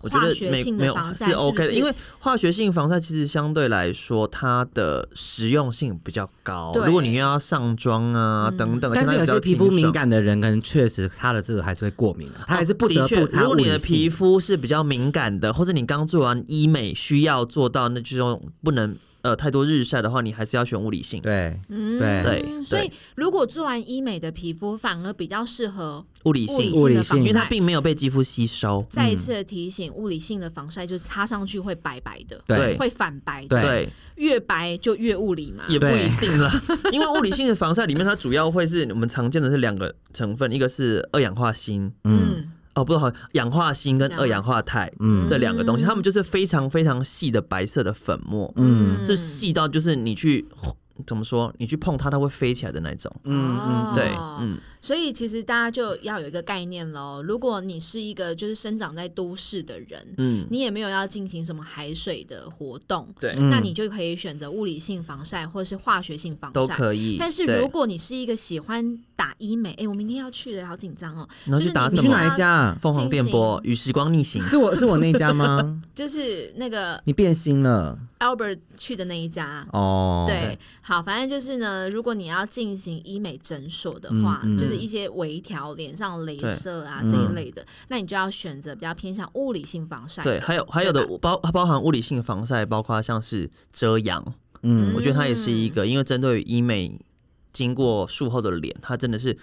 Speaker 2: 我觉
Speaker 3: 化
Speaker 2: 得
Speaker 3: 学
Speaker 2: 没
Speaker 3: 性
Speaker 2: 没
Speaker 3: 的
Speaker 2: 有
Speaker 3: 防晒
Speaker 2: 是
Speaker 3: 不
Speaker 2: OK 的，因为
Speaker 3: 是
Speaker 2: 化学性防晒其实相对来说它的实用性比较高。
Speaker 3: 对嗯
Speaker 2: 如果你又要上妆啊等等，而且
Speaker 4: 但是
Speaker 2: 它
Speaker 4: 有
Speaker 2: 比较
Speaker 4: 些皮肤
Speaker 2: 清
Speaker 4: 敏
Speaker 2: 爽
Speaker 4: 感的人，可能确实擦了这个还是会过敏啊，他还是不得
Speaker 2: 的确
Speaker 4: 不擦
Speaker 2: 如
Speaker 4: 物
Speaker 2: 果你
Speaker 4: 理
Speaker 2: 的皮
Speaker 4: 性。
Speaker 2: 肤是比较敏感的，或者你刚做完医美需要做到那这种不能呃太多日晒的话，你还是要选物理性。
Speaker 4: 对，
Speaker 3: 嗯
Speaker 4: 对
Speaker 2: 对
Speaker 3: 所以
Speaker 2: 对
Speaker 3: 如果做完医美的皮肤，反而比较适合
Speaker 2: 物理
Speaker 3: 物
Speaker 2: 性，
Speaker 3: 理
Speaker 4: 物
Speaker 3: 性
Speaker 4: 理
Speaker 3: 的
Speaker 4: 性
Speaker 3: 防晒，
Speaker 2: 因为它并没有被肌肤吸收。
Speaker 3: 再一次的提醒，物理性的防晒就是擦上去会白白的，
Speaker 4: 对
Speaker 3: 会反白
Speaker 4: 对
Speaker 3: 的，越白就越物理嘛。
Speaker 2: 也不
Speaker 4: 对
Speaker 2: 一定啦，因为物理性的防晒里面，它主要会是我们常见的是两个成分，一个是二氧化锌，
Speaker 4: 嗯，
Speaker 3: 嗯，
Speaker 2: 哦哦，不是好氧化锌跟二氧化钛，嗯，这两个东西，它们就是非常非常细的白色的粉末，嗯，是细到就是你去怎么说，你去碰它，它会飞起来的那种，
Speaker 3: 嗯
Speaker 2: 对，嗯，
Speaker 3: 所以其实大家就要有一个概念喽。如果你是一个就是生长在都市的人，
Speaker 2: 嗯
Speaker 3: 你也没有要进行什么海水的活动，
Speaker 2: 对
Speaker 3: 那
Speaker 4: 嗯
Speaker 3: 你就可以选择物理性防晒或是化学性防
Speaker 2: 都
Speaker 3: 晒
Speaker 2: 可以。
Speaker 3: 但是
Speaker 2: 对
Speaker 3: 如果你是一个喜欢打医美，哎、我明天要去的，好紧张哦。
Speaker 2: 你要
Speaker 3: 就是
Speaker 2: 去打
Speaker 3: 你
Speaker 2: 什
Speaker 4: 你
Speaker 2: 么
Speaker 4: 去哪一家？啊？
Speaker 2: 凤凰电波与时光逆行，
Speaker 4: 是我是我那一家 吗？
Speaker 3: 就是那个
Speaker 4: 你变心了
Speaker 3: Albert 去的那一家。
Speaker 4: 哦？
Speaker 3: 对，好，反正就是呢，如果你要进行医美诊所的话，
Speaker 4: 嗯嗯
Speaker 3: 就是一些微调、脸上镭射啊这
Speaker 4: 对
Speaker 3: 一类的，那你就要选择比较偏向物理性防晒。
Speaker 2: 嗯对，还有还有的包包含物理性防晒，包括像是遮阳，
Speaker 4: 嗯
Speaker 2: 我觉得它也是一个，因为针对于医美经过术后的脸，它真的是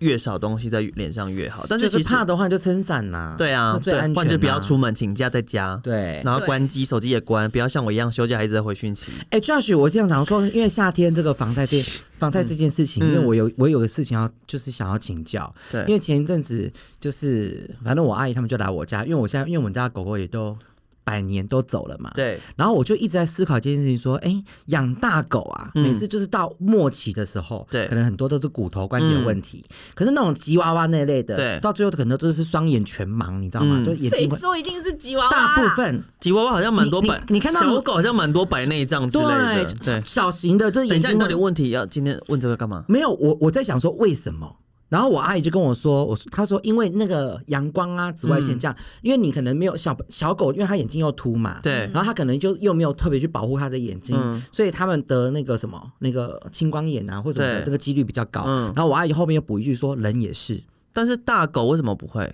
Speaker 2: 越少东西在脸上越好。但
Speaker 4: 就是是
Speaker 2: 其实
Speaker 4: 怕的话你就撑伞呐，
Speaker 2: 对啊
Speaker 4: 那，最
Speaker 2: 对，
Speaker 4: 安
Speaker 2: 不
Speaker 4: 全、
Speaker 2: 然就不要出。门，请假在家，
Speaker 4: 对，
Speaker 2: 然后
Speaker 3: 对
Speaker 2: 关机，手机也关，不要像我一样休假还一直在回讯息。
Speaker 4: 哎、j o s h 我经常想说，因为夏天这个防晒这 防晒这件事情，因为我有我有个事情要就是想要请教，
Speaker 2: 嗯对
Speaker 4: 因为前一阵子就是反正我阿姨他们就来我家，因为我现在因为我们家狗狗也都百年都走了嘛，
Speaker 2: 对，
Speaker 4: 然后我就一直在思考这件事情，说，哎，养大狗啊，
Speaker 2: 嗯
Speaker 4: 每次就是到末期的时候，
Speaker 2: 对嗯
Speaker 4: 可能很多都是骨头关节的问题，可是那种吉娃娃那类的，
Speaker 2: 对
Speaker 4: 到最后可能就是双眼全盲，你知道吗？
Speaker 2: 嗯
Speaker 4: 就眼
Speaker 3: 谁
Speaker 4: 睛会
Speaker 3: 说一定是吉娃娃
Speaker 2: 啊
Speaker 3: 啦？
Speaker 4: 大部分
Speaker 2: 吉娃娃好像蛮多白，
Speaker 4: 你你你看到
Speaker 2: 小狗好像蛮多白内障之类的。
Speaker 4: 对
Speaker 2: 对，
Speaker 4: 小型的，这
Speaker 2: 等一
Speaker 4: 眼
Speaker 2: 下，你
Speaker 4: 睛
Speaker 2: 到底问题要今天问这个干嘛？
Speaker 4: 没有，我我在想说为什么。然后我阿姨就跟我说，我说她说因为那个阳光啊、紫外
Speaker 2: 嗯
Speaker 4: 线这样，因为你可能没有小小狗，因为它眼睛又凸嘛，
Speaker 2: 对
Speaker 4: 然后它可能就又没有特别去保护它的眼睛，
Speaker 2: 嗯
Speaker 4: 所以他们得那个什么那个青光眼啊或者什么的
Speaker 2: 对
Speaker 4: 那个几率比较高。
Speaker 2: 嗯
Speaker 4: 然后我阿姨后面又补一句说，人也是，
Speaker 2: 但是大狗为什么不 会？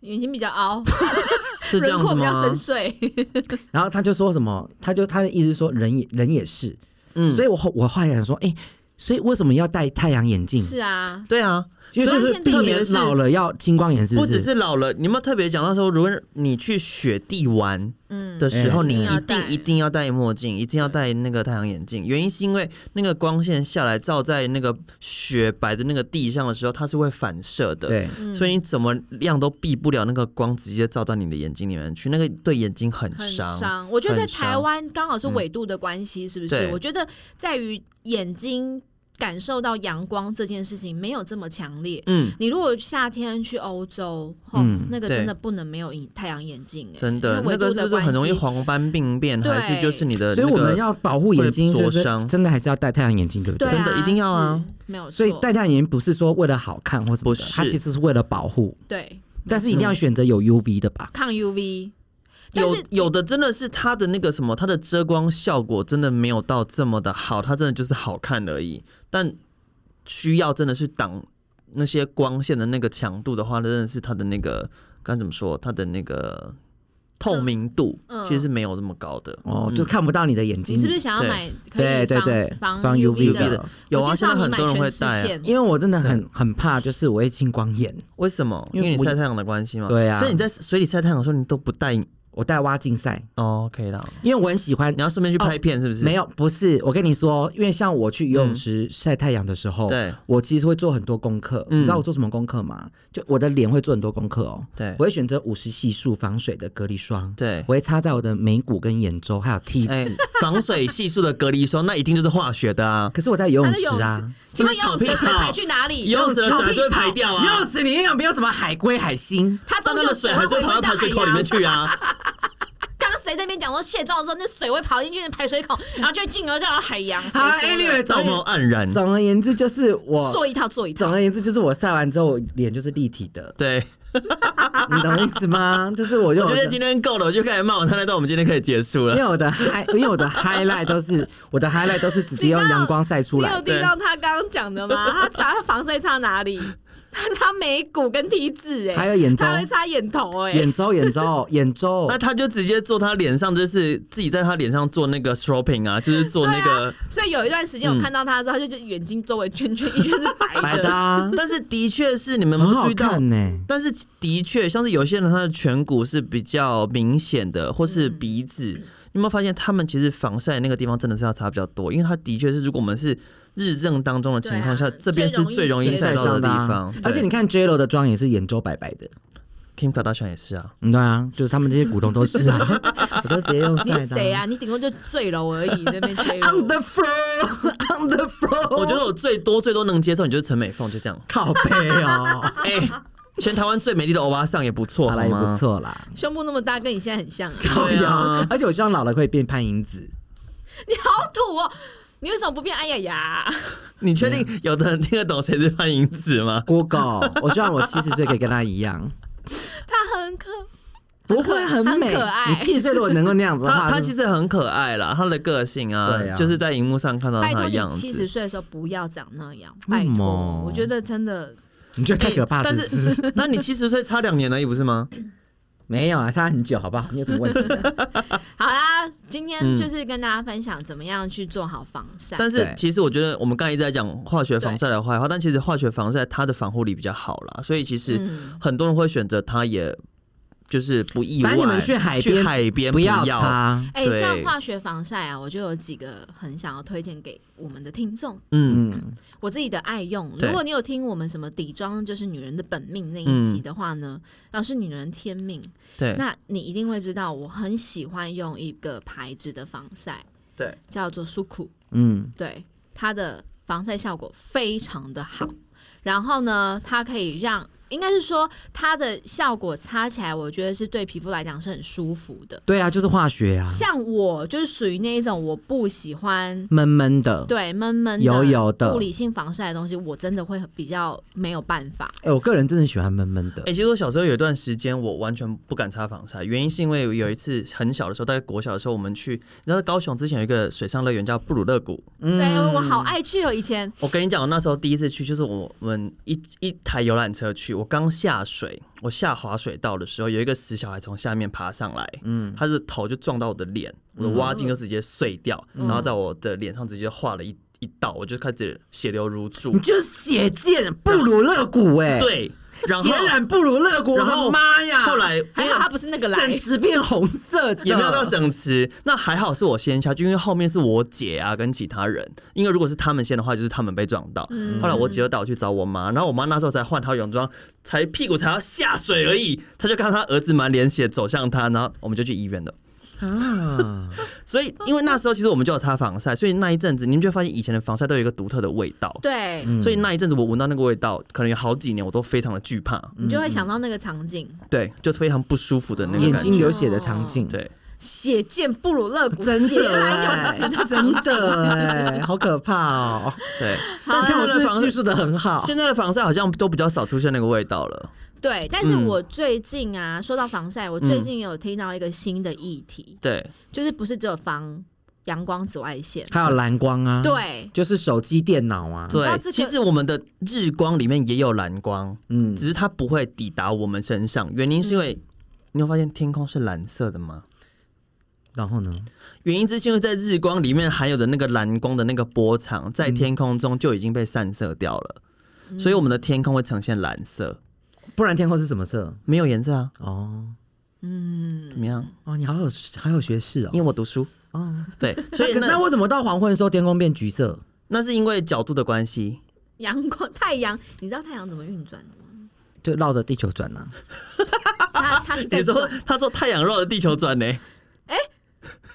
Speaker 3: 眼睛比较凹，
Speaker 2: 是这
Speaker 3: 轮
Speaker 2: 样
Speaker 3: 廓
Speaker 2: 子
Speaker 3: 比较
Speaker 2: 吗
Speaker 3: 深？邃。
Speaker 4: 然后他就说什么，他就他的意思是说人也人也是，
Speaker 2: 嗯
Speaker 4: 所以我后我后来想说，哎、所以为什么要戴太阳眼镜？
Speaker 3: 是啊，
Speaker 2: 对啊，
Speaker 4: 因为
Speaker 3: 所以
Speaker 4: 就是
Speaker 3: 现在
Speaker 4: 避
Speaker 3: 特
Speaker 2: 别
Speaker 4: 免
Speaker 2: 是
Speaker 4: 老了要青光眼，是
Speaker 2: 不
Speaker 4: 是？
Speaker 2: 只是老了，你有没有特别讲到说，如果你去雪地玩
Speaker 3: 嗯，
Speaker 2: 的时候，
Speaker 4: 嗯
Speaker 2: 你
Speaker 3: 一定要
Speaker 2: 一
Speaker 3: 戴
Speaker 2: 定一定要戴墨镜，一定要戴那个太阳眼镜。原因是因为那个光线下来照在那个雪白的那个地上的时候，它是会反射的。
Speaker 4: 对，
Speaker 2: 所以你怎么样都避不了那个光直接照到你的眼睛里面去，那个对眼睛很
Speaker 3: 很
Speaker 2: 伤。
Speaker 3: 伤。我觉得在
Speaker 2: 很伤嗯
Speaker 3: 台湾刚好是纬度的关系，是不是？
Speaker 2: 对
Speaker 3: 我觉得在于眼睛感受到阳光这件事情没有这么强烈。
Speaker 2: 嗯，
Speaker 3: 你如果夏天去欧洲，哦，
Speaker 4: 嗯
Speaker 3: 那个
Speaker 2: 对
Speaker 3: 真的不能没有太阳眼镜、哎，
Speaker 2: 真的，
Speaker 3: 因
Speaker 2: 那
Speaker 3: 为纬度
Speaker 2: 个是
Speaker 3: 的
Speaker 2: 不是
Speaker 3: 关
Speaker 2: 很容易
Speaker 3: 系
Speaker 2: 黄斑病变，
Speaker 3: 对
Speaker 2: 还是就是你呃的、那个？
Speaker 4: 所以我们要保护眼睛，
Speaker 2: 会灼
Speaker 4: 就是
Speaker 2: 伤
Speaker 4: 真的还是要戴太阳眼镜，对不
Speaker 3: 对、
Speaker 4: 对？
Speaker 3: 啊，
Speaker 2: 真的一定要啊
Speaker 3: 是，没有错。
Speaker 4: 所以戴太阳眼镜不是说为了好看或什么
Speaker 2: 不
Speaker 4: 的，
Speaker 2: 是
Speaker 4: 它其实是为了保护，
Speaker 3: 对
Speaker 4: 但是一定要选择有 UV 的吧。
Speaker 3: 抗
Speaker 2: 嗯
Speaker 3: UV，但
Speaker 2: 有
Speaker 3: 是
Speaker 2: 有的真的是它的那个什么，它的遮光效果真的没有到这么的好，它真的就是好看而已。但需要真的是挡那些光线的那个强度的话，真的是它的那个该怎么说，它的那个透明度
Speaker 3: 嗯
Speaker 2: 其实是没有这么高的。
Speaker 4: 哦，就是看不到你的眼睛。
Speaker 3: 你是不是想要
Speaker 2: 对
Speaker 3: 买可以
Speaker 4: 对对对，
Speaker 3: 防
Speaker 4: 防
Speaker 3: UV
Speaker 4: 的
Speaker 3: 的？，
Speaker 2: 有
Speaker 3: 我
Speaker 2: 啊，
Speaker 3: 介
Speaker 2: 现在
Speaker 3: 绍你
Speaker 2: 很
Speaker 3: 买
Speaker 2: 多人会
Speaker 3: 全视
Speaker 2: 戴啊、
Speaker 3: 线
Speaker 4: 因为我真的很很怕，就是我会青光眼，
Speaker 2: 为什么？
Speaker 4: 因
Speaker 2: 因
Speaker 4: 为
Speaker 2: 为你
Speaker 4: 我
Speaker 2: 晒太阳的关系嘛。
Speaker 4: 对啊
Speaker 2: 所以你在水里晒太阳的时候，你都不戴。
Speaker 4: 我戴蛙竞赛，
Speaker 2: 哦，OK 啦。
Speaker 4: 因为我很喜欢
Speaker 2: 你。要顺便去拍片是不是？
Speaker 4: 哦
Speaker 2: 嗯
Speaker 4: 没有，不是，我跟你说，因为像我去游泳池晒太阳的时候，
Speaker 2: 对嗯
Speaker 4: 我其实会做很多功课。你知道我做什么功课吗？就我的脸会做很多功课哦。
Speaker 2: 对
Speaker 4: 我会选择五十系数防水的隔离霜，
Speaker 2: 对
Speaker 4: 我。会擦在我的眉骨跟眼周还有 T 字。
Speaker 2: 哎，防水系数的隔离霜，那一定就是化学的啊。
Speaker 4: 可是我在游
Speaker 3: 他
Speaker 4: 泳
Speaker 3: 的泳
Speaker 4: 池啊
Speaker 3: 池，，请问游
Speaker 2: 是不
Speaker 3: 泳
Speaker 2: 是
Speaker 3: 池的
Speaker 2: 草
Speaker 3: 水
Speaker 2: 皮草
Speaker 3: 排去哪里？
Speaker 2: 游泳池的
Speaker 3: 草
Speaker 2: 水还
Speaker 3: 皮
Speaker 2: 是会
Speaker 3: 草
Speaker 2: 排掉
Speaker 4: 游泳
Speaker 2: 啊，
Speaker 4: 池里面有没有什么海龟、海星？
Speaker 3: 它
Speaker 2: 上面
Speaker 3: 终究
Speaker 2: 的水还是会跑到排水口里面去 啊。
Speaker 3: 刚刚谁在那边讲说卸妆的时候，那水会跑进去那排水口，然后就进而到海洋。
Speaker 4: 好，anyway，
Speaker 2: 道貌
Speaker 4: 总
Speaker 2: 岸然，，
Speaker 4: 总而言之就是
Speaker 3: 做
Speaker 4: 我，
Speaker 3: 一套做一
Speaker 4: 总
Speaker 3: 套，
Speaker 4: 而言之就是我晒完之后我脸就是立体的
Speaker 2: 对。啊
Speaker 4: 你懂我意思吗？就是我就
Speaker 2: 我觉得今天够了，我就开始骂我太太，到我们今天可以结束 了。
Speaker 4: 因为我的 high，因为我的 highlight 都是我的 highlight 都是直接用阳光晒出
Speaker 3: 你
Speaker 4: 来
Speaker 3: 有。听到他刚刚讲的 吗？他擦他防晒擦哪里？他擦眉骨跟 T 字哎，
Speaker 4: 还有眼周
Speaker 3: 他会擦眼头哎、
Speaker 4: 眼周，眼周，眼周
Speaker 2: 那，他就直接做他脸上，就是自己在他脸上做那个 shopping 啊，就是做那个。
Speaker 3: 所以有一段时间我看到他的时候，他就就眼睛周围圈圈一圈是白的，
Speaker 4: 嗯白的啊，
Speaker 2: 但是的确是你们有
Speaker 4: 很
Speaker 2: 没有注
Speaker 4: 好
Speaker 2: 意到
Speaker 4: 看呢。
Speaker 2: 但是的确，像是有些人他的颧骨是比较明显的，或是鼻子，你有没有发现他们其实防晒那个地方真的是要擦比较多？因为它的确是，如果我们是日正当中的情况下，
Speaker 3: 对啊
Speaker 2: 这边是最容易
Speaker 3: 最
Speaker 2: 晒
Speaker 3: 容易
Speaker 2: 到的地
Speaker 4: 啊
Speaker 2: 方。对
Speaker 4: 而且你看 J Lo 的妆也是眼周白白的，
Speaker 2: Kim Kardashian 也是啊，
Speaker 4: 嗯，对啊，就是他们这些股东都 是啊，我都直接用
Speaker 3: 你
Speaker 4: 晒
Speaker 3: 是谁
Speaker 4: 的啊。嗯
Speaker 3: 啊？你顶多就坠楼而已，这边 坠
Speaker 4: On
Speaker 3: 楼
Speaker 4: the。floor, on the floor。
Speaker 2: 我觉得我最多最多能接受，你就是陈美凤，就 这样。
Speaker 4: 靠背 哦，
Speaker 2: 哎、全台湾最美丽的欧巴桑也不错，
Speaker 4: 好啦，
Speaker 2: 好
Speaker 4: 也
Speaker 2: 吗
Speaker 4: 不。哎错啦。
Speaker 3: 胸部那么大，跟你现在很像，
Speaker 2: 对啊，
Speaker 4: 而且我希望老了可以变潘迎紫，
Speaker 3: 你好土哦！你为什么不变哎呀呀？
Speaker 2: 你确
Speaker 4: 哎
Speaker 2: 定有的人听得懂谁是潘迎紫吗？
Speaker 4: Google，我希望我七十岁可以跟她一样，
Speaker 3: 他很可，
Speaker 4: 不会很
Speaker 3: 很
Speaker 4: 美，
Speaker 3: 可爱
Speaker 4: 你七十岁如果能够那样子的
Speaker 2: 她
Speaker 4: 话，
Speaker 2: 她其实很可爱啦，她的个性啊，
Speaker 4: 对啊
Speaker 2: 就是在荧幕上看到
Speaker 3: 拜
Speaker 2: 她
Speaker 3: 托
Speaker 2: 的样
Speaker 3: 你
Speaker 2: 子。
Speaker 3: 七十岁的时候不要长那样，
Speaker 4: 为
Speaker 3: 拜
Speaker 4: 什
Speaker 3: 托
Speaker 4: 么，
Speaker 3: 我觉得真的
Speaker 4: 你觉得
Speaker 2: 哎
Speaker 4: 太可怕
Speaker 2: 但
Speaker 4: 是不 是？
Speaker 2: 是，那你七十岁差两年而已，不是吗？
Speaker 4: 没有啊，差很久，好不好？你有什么问题？
Speaker 3: 好啦。今
Speaker 2: 嗯
Speaker 3: 天就是跟大家分享怎么样去做好防晒。
Speaker 2: 但是
Speaker 4: 对
Speaker 2: 其实我觉得我们刚才一直在讲化学防晒的坏话，但其实化学防晒它的防护力比较好啦，所以其实
Speaker 3: 嗯，
Speaker 2: 很多人会选择它，也就是不意外。
Speaker 4: 反正你们去海边
Speaker 2: 去海边
Speaker 4: 不
Speaker 2: 要
Speaker 4: 要擦，
Speaker 3: 哎、
Speaker 2: 对
Speaker 3: 像化学防晒啊，我就有几个很想要推荐给我们的听众，
Speaker 2: 嗯，
Speaker 4: 嗯，
Speaker 3: 我自己的爱用。
Speaker 2: 对嗯
Speaker 3: 如果你有听我们什么底妆就是女人的本命那一集的话呢，要是女人天命，
Speaker 2: 对，
Speaker 3: 那你一定会知道，我很喜欢用一个牌子的防晒，
Speaker 2: 对，
Speaker 3: 叫做苏库，
Speaker 4: 嗯，
Speaker 3: 对，它的防晒效果非常的好。然后呢，它可以让，应该是说它的效果擦起来，我觉得是对皮肤来讲是很舒服的。
Speaker 4: 对啊，就是化学啊，
Speaker 3: 像我就是属于那一种我不喜欢。
Speaker 4: 闷闷的。
Speaker 3: 对，闷闷的、
Speaker 4: 油油的
Speaker 3: 物理性防晒的东西，我真的会比较没有办法。
Speaker 4: 哎，我个人真的喜欢闷闷的
Speaker 2: 哎、，其实我小时候有一段时间，我完全不敢擦防晒，原因是因为有一次很小的时候，大概国小的时候，我们去，你知道高雄之前有一个水上乐园叫布鲁勒谷，
Speaker 4: 嗯
Speaker 3: 对我好爱去哦，以前
Speaker 2: 我跟你讲，我那时候第一次去，就是我们一一台游览车去，我刚下水，我下滑水道的时候，有一个死小孩从下面爬上来，嗯，他的头就撞到我的脸，我的
Speaker 4: 嗯
Speaker 2: 蛙镜就直接碎掉，然后在我的脸上直接画了一一道，我就开始血流如注，
Speaker 4: 你就是血溅布鲁肋骨，哎，，
Speaker 2: 对，然后
Speaker 4: 血染布鲁肋骨，我
Speaker 2: 然后
Speaker 4: 的妈哎呀！
Speaker 2: 后来
Speaker 3: 还好他不是那个来，
Speaker 4: 整池变红色 的，
Speaker 2: 也没有到整齐，那还好是我先下去，因为后面是我姐啊跟其他人，因为如果是他们先的话，就是他们被撞到。
Speaker 4: 嗯
Speaker 2: 后来我姐就带我去找我妈，然后我妈那时候才换套泳装，才屁股才要下水而已，她就看她儿子满脸血走向她，然后我们就去医院了。
Speaker 4: 啊，
Speaker 2: 所以因为那时候其实我们就有擦防晒，所以那一阵子你们就会发现以前的防晒都有一个独特的味道。
Speaker 3: 对，
Speaker 4: 嗯
Speaker 2: 所以那一阵子我闻到那个味道，可能有好几年我都非常的惧怕，
Speaker 4: 嗯
Speaker 3: 你就会想到那个场景，
Speaker 2: 对，就非常不舒服的那个
Speaker 4: 眼
Speaker 2: 感
Speaker 4: 睛
Speaker 2: 觉。
Speaker 4: 流血的场景，
Speaker 2: 对，
Speaker 3: 血溅布鲁勒谷，
Speaker 4: 真
Speaker 3: 血
Speaker 4: 的
Speaker 3: 来
Speaker 4: 哎、
Speaker 3: 涌池的
Speaker 4: 真
Speaker 3: 场景。
Speaker 4: 的哎、好可怕哦！
Speaker 2: 对。
Speaker 4: 但
Speaker 2: 现
Speaker 4: 像
Speaker 2: 在
Speaker 4: 我是
Speaker 2: 的
Speaker 4: 不
Speaker 2: 防
Speaker 4: 是叙述的很好？
Speaker 2: 现在的防晒好像都比较少出现那个味道了。
Speaker 3: 对，但是
Speaker 2: 嗯
Speaker 3: 我最近啊，说到防晒，我
Speaker 4: 嗯
Speaker 3: 最近有听到一个新的议题，
Speaker 2: 对，
Speaker 3: 就是不是只有防阳光紫外线，
Speaker 4: 还有蓝光啊，，
Speaker 3: 对，
Speaker 4: 就是手机、电脑啊，
Speaker 3: 知道
Speaker 2: 对，
Speaker 3: 这个
Speaker 2: 其实我们的日光里面也有蓝光，
Speaker 4: 嗯，
Speaker 2: 只是它不会抵达我们身上，原
Speaker 3: 嗯
Speaker 2: 因是因为。你有发现天空是蓝色的吗？
Speaker 4: 然后呢？
Speaker 2: 原因是因为在日光里面含有的那个蓝光的那个波长，在天空中就已经被散射掉了，
Speaker 3: 嗯
Speaker 2: 所以我们的天空会呈现蓝色，
Speaker 4: 不然天空是什么色？
Speaker 2: 没有颜色啊。
Speaker 4: 哦
Speaker 3: 嗯
Speaker 2: 怎么样？
Speaker 4: 哦，你好有好有学识哦
Speaker 2: 因。为我读书，
Speaker 4: 哦，
Speaker 2: 对，所
Speaker 4: 那
Speaker 2: 以
Speaker 4: 可那
Speaker 2: 那
Speaker 4: 为什么到黄昏的时候天空变橘色？
Speaker 2: 那是因为角度的关系。
Speaker 3: 阳光太阳，你知道太阳怎么运转的吗？
Speaker 4: 就绕着地球转 啊？
Speaker 3: 它它是
Speaker 2: 你
Speaker 3: 在
Speaker 2: 说
Speaker 3: 转，
Speaker 2: 他说太阳绕着地球转呢、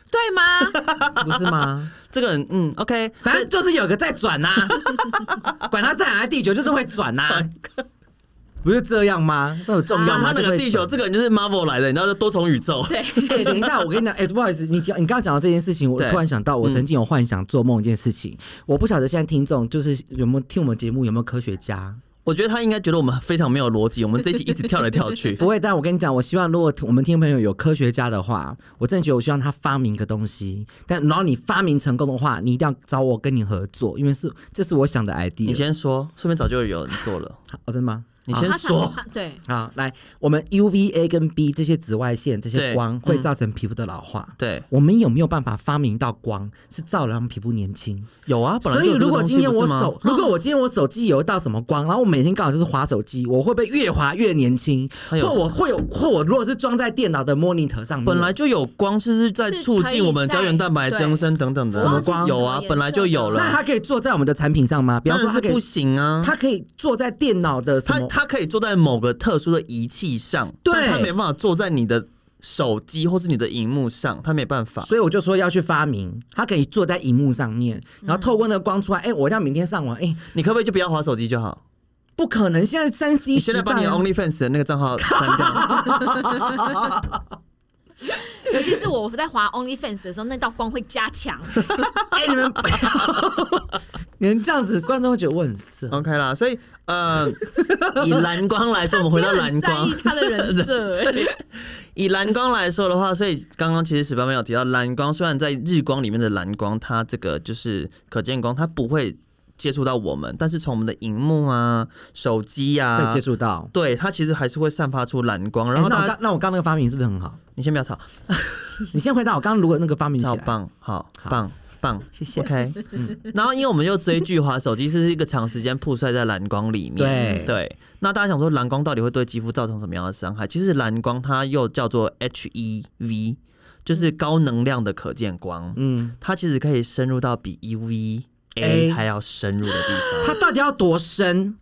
Speaker 3: 对吗？
Speaker 4: 不是吗？
Speaker 2: 这个人嗯，OK，
Speaker 4: 反正就是有个在 转呐、啊，管它在哪，地球就是会转呐、啊，不是这样吗？那有重要
Speaker 3: 啊
Speaker 2: 有
Speaker 4: 吗？
Speaker 2: 啊他那
Speaker 4: 就是
Speaker 2: 个
Speaker 4: 会
Speaker 2: 地球，
Speaker 4: 转
Speaker 2: 这个人就是 Marvel 来的，你知道，就多重宇宙。
Speaker 3: 对，
Speaker 4: 哎、等一下，我跟你讲，哎、不好意思，你讲你刚刚讲到这件事情，我
Speaker 2: 对嗯
Speaker 4: 突然想到，我曾经有幻想做梦一件事情，我不晓得现在听众就是有没有听我们节目有没有科学家，
Speaker 2: 我觉得他应该觉得我们非常没有逻辑，我们这一期一直跳来跳去。
Speaker 4: 不会，但我跟你讲，我希望如果我们听众朋友有科学家的话，我真的觉得我希望他发明一个东西，但然后你发明成功的话，你一定要找我跟你合作，因为是这是我想的
Speaker 2: 你
Speaker 4: idea，
Speaker 2: 先说，顺便早就有人做了。
Speaker 4: 哦，真的吗？
Speaker 2: 你先
Speaker 3: 他才
Speaker 2: 说，
Speaker 3: 他对，
Speaker 4: 好，来，我们 UVA 跟 B 这些紫外线、这些
Speaker 2: 对
Speaker 4: 光会
Speaker 2: 嗯
Speaker 4: 造成皮肤的老化。
Speaker 2: 对，
Speaker 4: 我们有没有办法发明到光是照亮皮肤年轻？
Speaker 2: 有啊，本来
Speaker 4: 所
Speaker 2: 就
Speaker 4: 以
Speaker 2: 有这
Speaker 4: 如
Speaker 2: 个
Speaker 4: 果
Speaker 2: 东西
Speaker 4: 今天
Speaker 2: 不
Speaker 4: 我
Speaker 2: 是吗嗯
Speaker 4: 手，如果我今天我手机有到什么光，然后我每天刚好就是划手机，我会不会越划越年轻？
Speaker 2: 哎呦
Speaker 4: 或我会有，或我如果是装在电脑的 monitor 上面，
Speaker 2: 嗯本来就有光，是是在
Speaker 3: 是
Speaker 2: 促
Speaker 3: 可以
Speaker 2: 进我们胶原
Speaker 3: 在
Speaker 2: 蛋白
Speaker 3: 对
Speaker 2: 增生等等的。
Speaker 3: 什
Speaker 2: 我
Speaker 3: 么
Speaker 2: 忘记
Speaker 4: 光
Speaker 2: 有
Speaker 3: 什
Speaker 2: 啊
Speaker 3: 么，
Speaker 2: 本
Speaker 3: 颜
Speaker 2: 来
Speaker 3: 色
Speaker 2: 就有
Speaker 3: 的
Speaker 2: 了。
Speaker 4: 那它可以坐在我们的产品上吗？比方
Speaker 2: 当然
Speaker 4: 说它
Speaker 2: 是
Speaker 4: 可以
Speaker 2: 不，行啊，
Speaker 4: 它可以坐在电脑的什
Speaker 2: 它
Speaker 4: 么？
Speaker 2: 它可以坐在某个特殊的仪器上，
Speaker 4: 对
Speaker 2: 但它没办法坐在你的手机或是你的荧幕上，它没办法。
Speaker 4: 所以我就说要去发明，它可以坐在荧幕上面，然
Speaker 2: 嗯
Speaker 4: 后透过那个光出来。哎、我要明天上网，哎、
Speaker 2: 你可不可以就不要划手机就好？
Speaker 4: 不可能！现在三 C
Speaker 2: 你
Speaker 4: 时
Speaker 2: 现
Speaker 4: 代
Speaker 2: 在把你的
Speaker 4: 啊
Speaker 2: OnlyFans 的那个账号删掉，
Speaker 3: 尤其是我在滑 OnlyFans 的时候，那道光会加 强。
Speaker 4: 哎、你们不要你们这样子，观众会觉得我很色。
Speaker 2: OK 啦。所以呃， 以蓝光来说，我们回到蓝
Speaker 3: 他
Speaker 2: 光
Speaker 3: 很在。意他的人 设、欸，
Speaker 2: 以蓝光来说的话，所以刚刚其实史爸没有提到蓝光，虽然在日光里面的蓝光，它这个就是可见光，它不会接触到我们，但是从我们的荧幕啊、手机啊
Speaker 4: 会接，触到。
Speaker 2: 对它其实还是会散发出蓝光。然
Speaker 4: 然
Speaker 2: 后
Speaker 4: 后、那
Speaker 2: 大
Speaker 4: 我
Speaker 2: 家
Speaker 4: 刚，那我刚那个发明是不是很好？
Speaker 2: 你先不要吵，
Speaker 4: 你先回答我刚刚如果那个发明起
Speaker 2: 超
Speaker 4: 来，
Speaker 2: 棒，好
Speaker 4: 好
Speaker 2: 棒。棒
Speaker 4: 谢谢。
Speaker 2: ，OK，然嗯后因为我们又追剧滑手机，是一个长时间曝晒在蓝光里面，
Speaker 4: 对
Speaker 2: 对。那大家想说蓝光到底会对肌肤造成什么样的伤害？其实蓝光它又叫做 HEV，就是高能量的可见光。
Speaker 4: 嗯，
Speaker 2: 它其实可以深入到比
Speaker 4: A
Speaker 2: EVA 还要深入的地方，
Speaker 4: 它到底要多深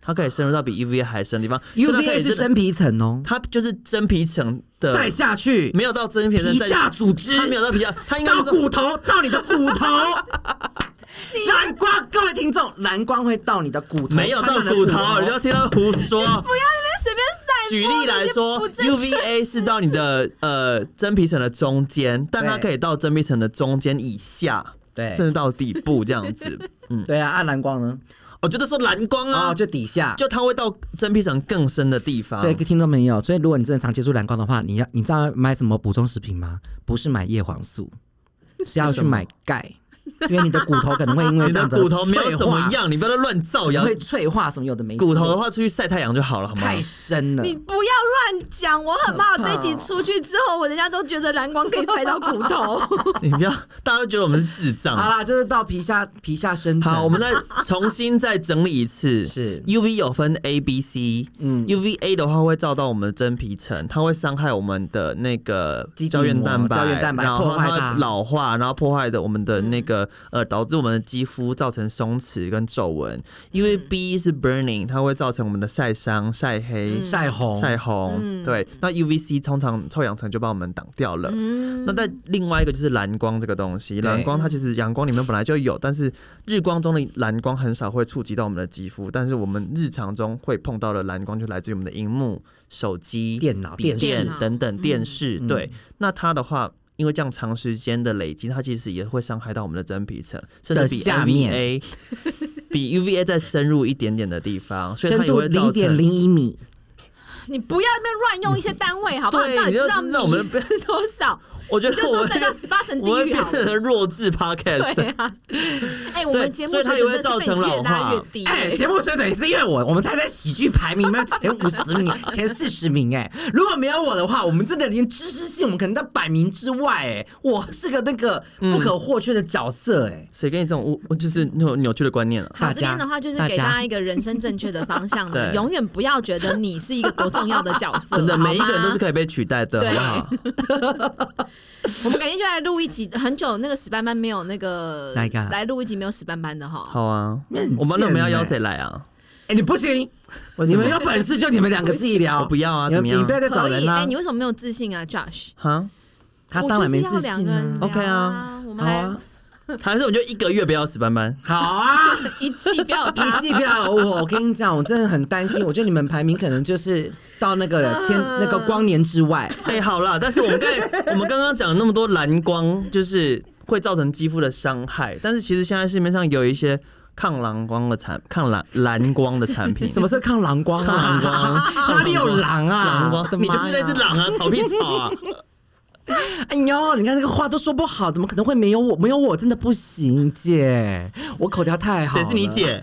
Speaker 2: 它可以深入到比 EVA 还深的地 方。所以它可
Speaker 4: ？UVA
Speaker 2: 以
Speaker 4: 是
Speaker 2: 真
Speaker 4: 真
Speaker 2: 的，
Speaker 4: 皮层哦，
Speaker 2: 它就是真皮层的，
Speaker 4: 再下去
Speaker 2: 没有到真皮层，
Speaker 4: 皮
Speaker 2: 再
Speaker 4: 下组织
Speaker 2: 它没有到皮下，它应该
Speaker 4: 到
Speaker 2: 是说
Speaker 4: 骨头，到你的骨 头。蓝光，各位听众，蓝光会到你的骨头，
Speaker 2: 没有到
Speaker 4: 穿你的
Speaker 2: 骨头，你不要听他胡 说。
Speaker 3: 不要那
Speaker 2: 举
Speaker 3: 边随便
Speaker 2: 例
Speaker 3: 散播那
Speaker 2: 来
Speaker 3: 些
Speaker 2: 说
Speaker 3: 不正确的
Speaker 2: ，UVA 是到你的呃真皮层的中间，但它可以到真皮层的中间以下，
Speaker 4: 对
Speaker 2: 甚至到底部这样子。嗯，
Speaker 4: 对啊，按蓝光呢？
Speaker 2: 我觉得说蓝光
Speaker 4: 啊、
Speaker 2: 啊，
Speaker 4: 就底下。
Speaker 2: 就它会到真皮层更深的地方
Speaker 4: 所。以听众朋友，所以如果你真的常接触蓝光的话，你要你知道买什么补充食品吗？不是买叶黄素，是要去买钙，因为你的骨头可能会因为
Speaker 2: 你
Speaker 4: 这
Speaker 2: 的
Speaker 4: 样子
Speaker 2: 骨头没
Speaker 4: 脆
Speaker 2: 有
Speaker 4: 化
Speaker 2: 怎么，样，你不要再乱造谣。
Speaker 4: 会脆化什么有的没。
Speaker 2: 骨头的话，出去晒太阳就好了，好吗？
Speaker 4: 太深了，
Speaker 3: 你不要乱讲，我很怕我这一集出去之后，我人家都觉得蓝光可以塞到骨头。
Speaker 2: 你不要，大家都觉得我们是智障。
Speaker 4: 好啦，就是到皮下皮下深层。
Speaker 2: 好，我们再重新再整理一次。
Speaker 4: 是
Speaker 2: UV 有分 A、B、C。
Speaker 4: 嗯
Speaker 2: 嗯，UVA 的话会照到我们的真皮层，它会伤害我们的那个
Speaker 4: 基底
Speaker 2: 胶原
Speaker 4: 膜
Speaker 2: 蛋白，
Speaker 4: 胶原蛋白
Speaker 2: 然
Speaker 4: 破
Speaker 2: 后
Speaker 4: 坏
Speaker 2: 它会
Speaker 4: 它
Speaker 2: 老化，然后破坏的我们的那个、呃，导致我们的肌肤造成松弛跟皱纹。因为 B 是 burning，它会造成我们的晒伤、晒黑、
Speaker 4: 晒红，
Speaker 2: 晒红，
Speaker 3: 嗯
Speaker 2: 对。那 UVC 通常臭氧层就帮我们挡掉了。
Speaker 3: 嗯
Speaker 2: 那在另外一个就是蓝光这个东西，
Speaker 4: 对
Speaker 2: 蓝光它其实阳光里面本来就有，但是日光中的蓝光很少会触及到我们的肌肤，但是我们日常中会碰到的蓝光就来自于我们的荧幕、手机、
Speaker 4: 电脑
Speaker 2: 笔
Speaker 4: 电视
Speaker 2: 电等等
Speaker 3: 嗯
Speaker 2: 电视。对，那它的话。因为这样长时间的累积，它其实也会伤害到我们的真皮层，甚
Speaker 4: 的
Speaker 2: 至比
Speaker 4: 下面
Speaker 2: UVA 比 UVA 再深入一点点的地方，所以
Speaker 4: 深
Speaker 2: 它也
Speaker 4: 度
Speaker 2: 会造
Speaker 4: 零点
Speaker 2: 成
Speaker 4: 零一米，
Speaker 3: 你不要那边乱用一些单位，好不好？
Speaker 2: 对
Speaker 3: 你到底知道
Speaker 2: 你就那我们
Speaker 3: 米是 多 少？
Speaker 2: 我觉
Speaker 3: 你
Speaker 2: 得
Speaker 3: 就
Speaker 2: 我
Speaker 3: 说
Speaker 2: 会
Speaker 3: 塞到十八层
Speaker 2: 我
Speaker 3: 地
Speaker 2: 会
Speaker 3: 狱
Speaker 2: 变
Speaker 3: 好了。
Speaker 2: 成弱智 podcast。
Speaker 3: 对啊，哎、我们
Speaker 2: 对
Speaker 3: 节目
Speaker 2: 所以它
Speaker 3: 水
Speaker 2: 也
Speaker 3: 准
Speaker 2: 会
Speaker 3: 真的
Speaker 2: 造
Speaker 3: 是被
Speaker 2: 成
Speaker 3: 你越
Speaker 2: 老
Speaker 3: 拉
Speaker 2: 化
Speaker 3: 越低、
Speaker 4: 哎、
Speaker 3: 哎
Speaker 4: 节目水准也是因为我，我们才在喜剧排名没有前五十 名、前四十名哎、如果没有我的话，我们真的连知识性，我们可能在百名之外哎、我是个那个不可或缺的角色哎、
Speaker 2: 谁给你这种误，就是那种扭曲的观念啊了、
Speaker 3: 好，
Speaker 4: 大
Speaker 3: 这
Speaker 4: 家
Speaker 3: 边的话就是
Speaker 4: 大
Speaker 3: 给
Speaker 4: 家
Speaker 3: 大家一个人生正确的方 向的，
Speaker 2: 对
Speaker 3: 永远不要觉得你是一个多重要的角色，
Speaker 2: 真的，
Speaker 3: 嗯好吗
Speaker 2: 每一个人都是可以被取代的，好
Speaker 3: 对
Speaker 2: 不好？
Speaker 3: 我们改天就来录一集，很久那个史班班没有那个
Speaker 4: 哪一个啊
Speaker 3: 来录一集没有史班班的哈。
Speaker 2: 好啊
Speaker 4: 那很，
Speaker 2: 我们那我们要
Speaker 4: 贱欸
Speaker 2: 邀谁来啊？
Speaker 4: 哎、你不行，
Speaker 2: 欸为什
Speaker 4: 你
Speaker 2: 么
Speaker 4: 们有本事就你们两个自己聊，
Speaker 2: 我不要啊
Speaker 4: 你们
Speaker 2: 怎么样
Speaker 4: 你不要再找
Speaker 3: 可
Speaker 4: 人
Speaker 3: 以，
Speaker 4: 啦、
Speaker 3: 哎、你为什么没有自信啊，Josh？
Speaker 2: 哈，
Speaker 4: 他当然没自
Speaker 3: 我就是要两
Speaker 4: 信
Speaker 3: 个
Speaker 4: 啊
Speaker 3: 人。聊
Speaker 2: OK 啊，
Speaker 3: 我们
Speaker 4: 好
Speaker 3: 还
Speaker 4: 啊，
Speaker 2: 还是我们就一个月不要死斑斑，
Speaker 4: 好啊，
Speaker 3: 一季不要
Speaker 4: 一
Speaker 3: 打。
Speaker 4: 季票我，我跟你讲，我真的很担心，我觉得你们排名可能就是到那个
Speaker 3: 嗯
Speaker 4: 了，千那个光年之外。
Speaker 2: 哎，好啦，但是我们刚才我们刚刚讲了那么多蓝光，就是会造成肌肤的伤害，但是其实现在市面上有一些抗蓝光的产抗蓝蓝光的产品，
Speaker 4: 什么是抗狼光 啊？
Speaker 2: 抗蓝光
Speaker 4: 哪里有狼啊？
Speaker 2: 蓝
Speaker 4: 我的
Speaker 2: 光？
Speaker 4: 妈
Speaker 2: 你 就是
Speaker 4: 呀
Speaker 2: 那只狼啊，草屁草啊！
Speaker 4: 哎呦，你看那个话都说不好，怎么可能会没有我？没有我真的不行，姐，我口条太好。
Speaker 2: 谁是你？姐？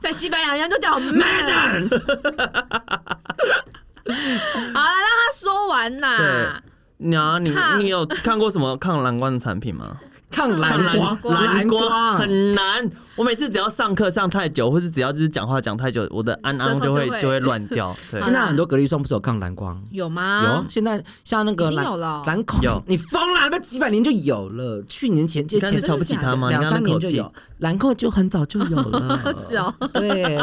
Speaker 3: 在西班牙人家就叫 madam。好了，让他说完啦。
Speaker 2: 你啊，你
Speaker 3: 抗
Speaker 2: 你有看过什么 抗蓝光的产品吗？
Speaker 4: 抗
Speaker 3: 抗
Speaker 4: 蓝
Speaker 3: 蓝
Speaker 4: 光，
Speaker 3: 光
Speaker 4: 蓝
Speaker 2: 光
Speaker 4: 光。
Speaker 2: 很难。我每次只要上课上太久，或是只要就是讲话讲太久，我的安
Speaker 3: 舌
Speaker 2: 安
Speaker 3: 头
Speaker 2: 就会
Speaker 3: 就会
Speaker 2: 就会乱掉。对，
Speaker 4: 现在很多隔离霜不是有抗蓝光？
Speaker 3: 有
Speaker 4: 有
Speaker 3: 吗，？
Speaker 4: 现在像那个
Speaker 3: 已经
Speaker 4: 蓝
Speaker 3: 有了哦
Speaker 4: 蓝孔
Speaker 2: 嗯有
Speaker 4: 你疯了？那几百年就有了，去年前就
Speaker 2: 你刚才
Speaker 4: 前
Speaker 2: 是瞧不起他吗？你
Speaker 4: 两
Speaker 2: 刚刚
Speaker 4: 三
Speaker 2: 那
Speaker 4: 年
Speaker 2: 口
Speaker 4: 就
Speaker 2: 气，
Speaker 4: 有，兰蔻就很早就有了，
Speaker 3: 是哦，
Speaker 4: 对，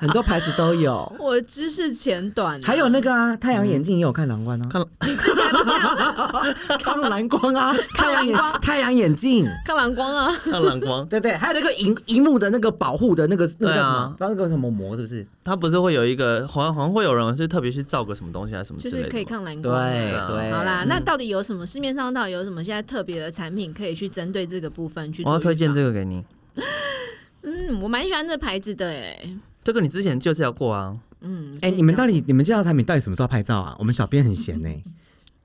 Speaker 4: 很多牌子都有，
Speaker 3: 我的知识浅短。
Speaker 4: 还有那个啊，太阳眼镜也有看蓝 光啊，
Speaker 2: 看
Speaker 3: 之前不是 要
Speaker 4: 看蓝光啊，太阳眼
Speaker 3: 抗蓝光
Speaker 4: 太阳眼镜，
Speaker 3: 看蓝光啊，
Speaker 2: 抗蓝光，
Speaker 4: 对不对？还有那个荧荧幕的那个保护的那个那个
Speaker 2: 对
Speaker 4: 叫
Speaker 2: 啊
Speaker 4: 什么？那个什么膜是不是？
Speaker 2: 它不是会有一个，好像好像会有人是特别去照个什么东西还啊是什么之
Speaker 3: 就
Speaker 2: 类的吗，
Speaker 3: 是可以抗蓝
Speaker 4: 对
Speaker 3: 光啊。
Speaker 4: 对，
Speaker 3: 好啦，那到底有什么市面上到底有什么现在特别的产品可以去针对这个部分去？
Speaker 2: 我要推荐这
Speaker 3: 个，
Speaker 2: 个给你，
Speaker 3: 嗯，我蛮喜欢这牌子的哎，
Speaker 2: 这个你之前就是要过啊，
Speaker 3: 嗯，
Speaker 4: 哎，
Speaker 3: 可以
Speaker 4: 你们
Speaker 3: 这样
Speaker 4: 到底你们介绍产品到底什么时候拍照啊？我们小编很闲 呢，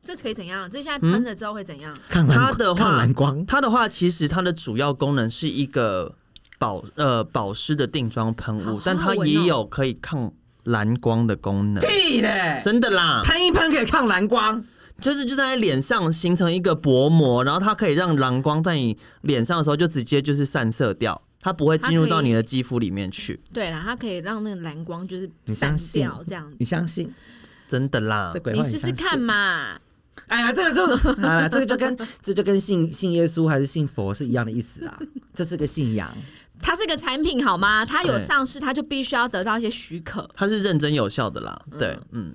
Speaker 3: 这可以怎样？这现在喷了之后会怎样？
Speaker 4: 看蓝
Speaker 2: 它的话
Speaker 4: 看蓝光，
Speaker 2: 它的话，其实它的主要功能是一个保呃保湿的定妆喷
Speaker 3: 好
Speaker 2: 雾
Speaker 3: 好，
Speaker 2: 但它
Speaker 3: 好闻哦
Speaker 2: 也有可以抗蓝光的功能，
Speaker 4: 屁嘞，
Speaker 2: 真的啦，
Speaker 4: 喷一喷可以抗蓝光，
Speaker 2: 就是就在脸上形成一个薄膜，然后它可以让蓝光在你脸上的时候就直接就是散射掉，它不会进入到你的肌肤里面去，
Speaker 3: 对啦，它可以让那个蓝光就是
Speaker 4: 你
Speaker 3: 散
Speaker 4: 相信
Speaker 3: 掉这样子。
Speaker 4: 你相信？
Speaker 2: 真的啦
Speaker 4: 这。鬼
Speaker 3: 你
Speaker 4: 话
Speaker 3: 试试
Speaker 4: 相信
Speaker 3: 看嘛，
Speaker 4: 哎呀，这个就是好了，这个就跟 这就跟信信耶稣还是信佛是一样的意 思啦。这是个信仰，
Speaker 3: 它是个产品好吗？它有
Speaker 2: 对
Speaker 3: 上市，它就必须要得到一些许可。
Speaker 2: 它是认真有效的啦，对，嗯，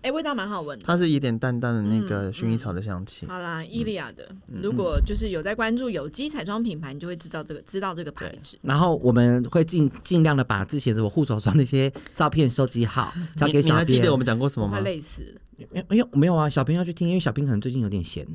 Speaker 3: 哎、味道蛮好闻的。
Speaker 2: 它是有点淡淡的那个薰衣草的香气，
Speaker 3: 好啦，伊利亚的，如果就是有在关注有机彩妆品牌，你就会知道这个知道这个牌子。
Speaker 4: 然后我们会尽尽量的把之前我护手霜那些照片收集好，交
Speaker 2: 你
Speaker 4: 给
Speaker 2: 你
Speaker 4: 小
Speaker 2: 还记
Speaker 4: 编
Speaker 2: 得。我们讲过什么
Speaker 3: 我
Speaker 2: 吗
Speaker 3: 快？累死了。
Speaker 4: 因因为没有啊，小编要去听，因为小编可能最近有点闲，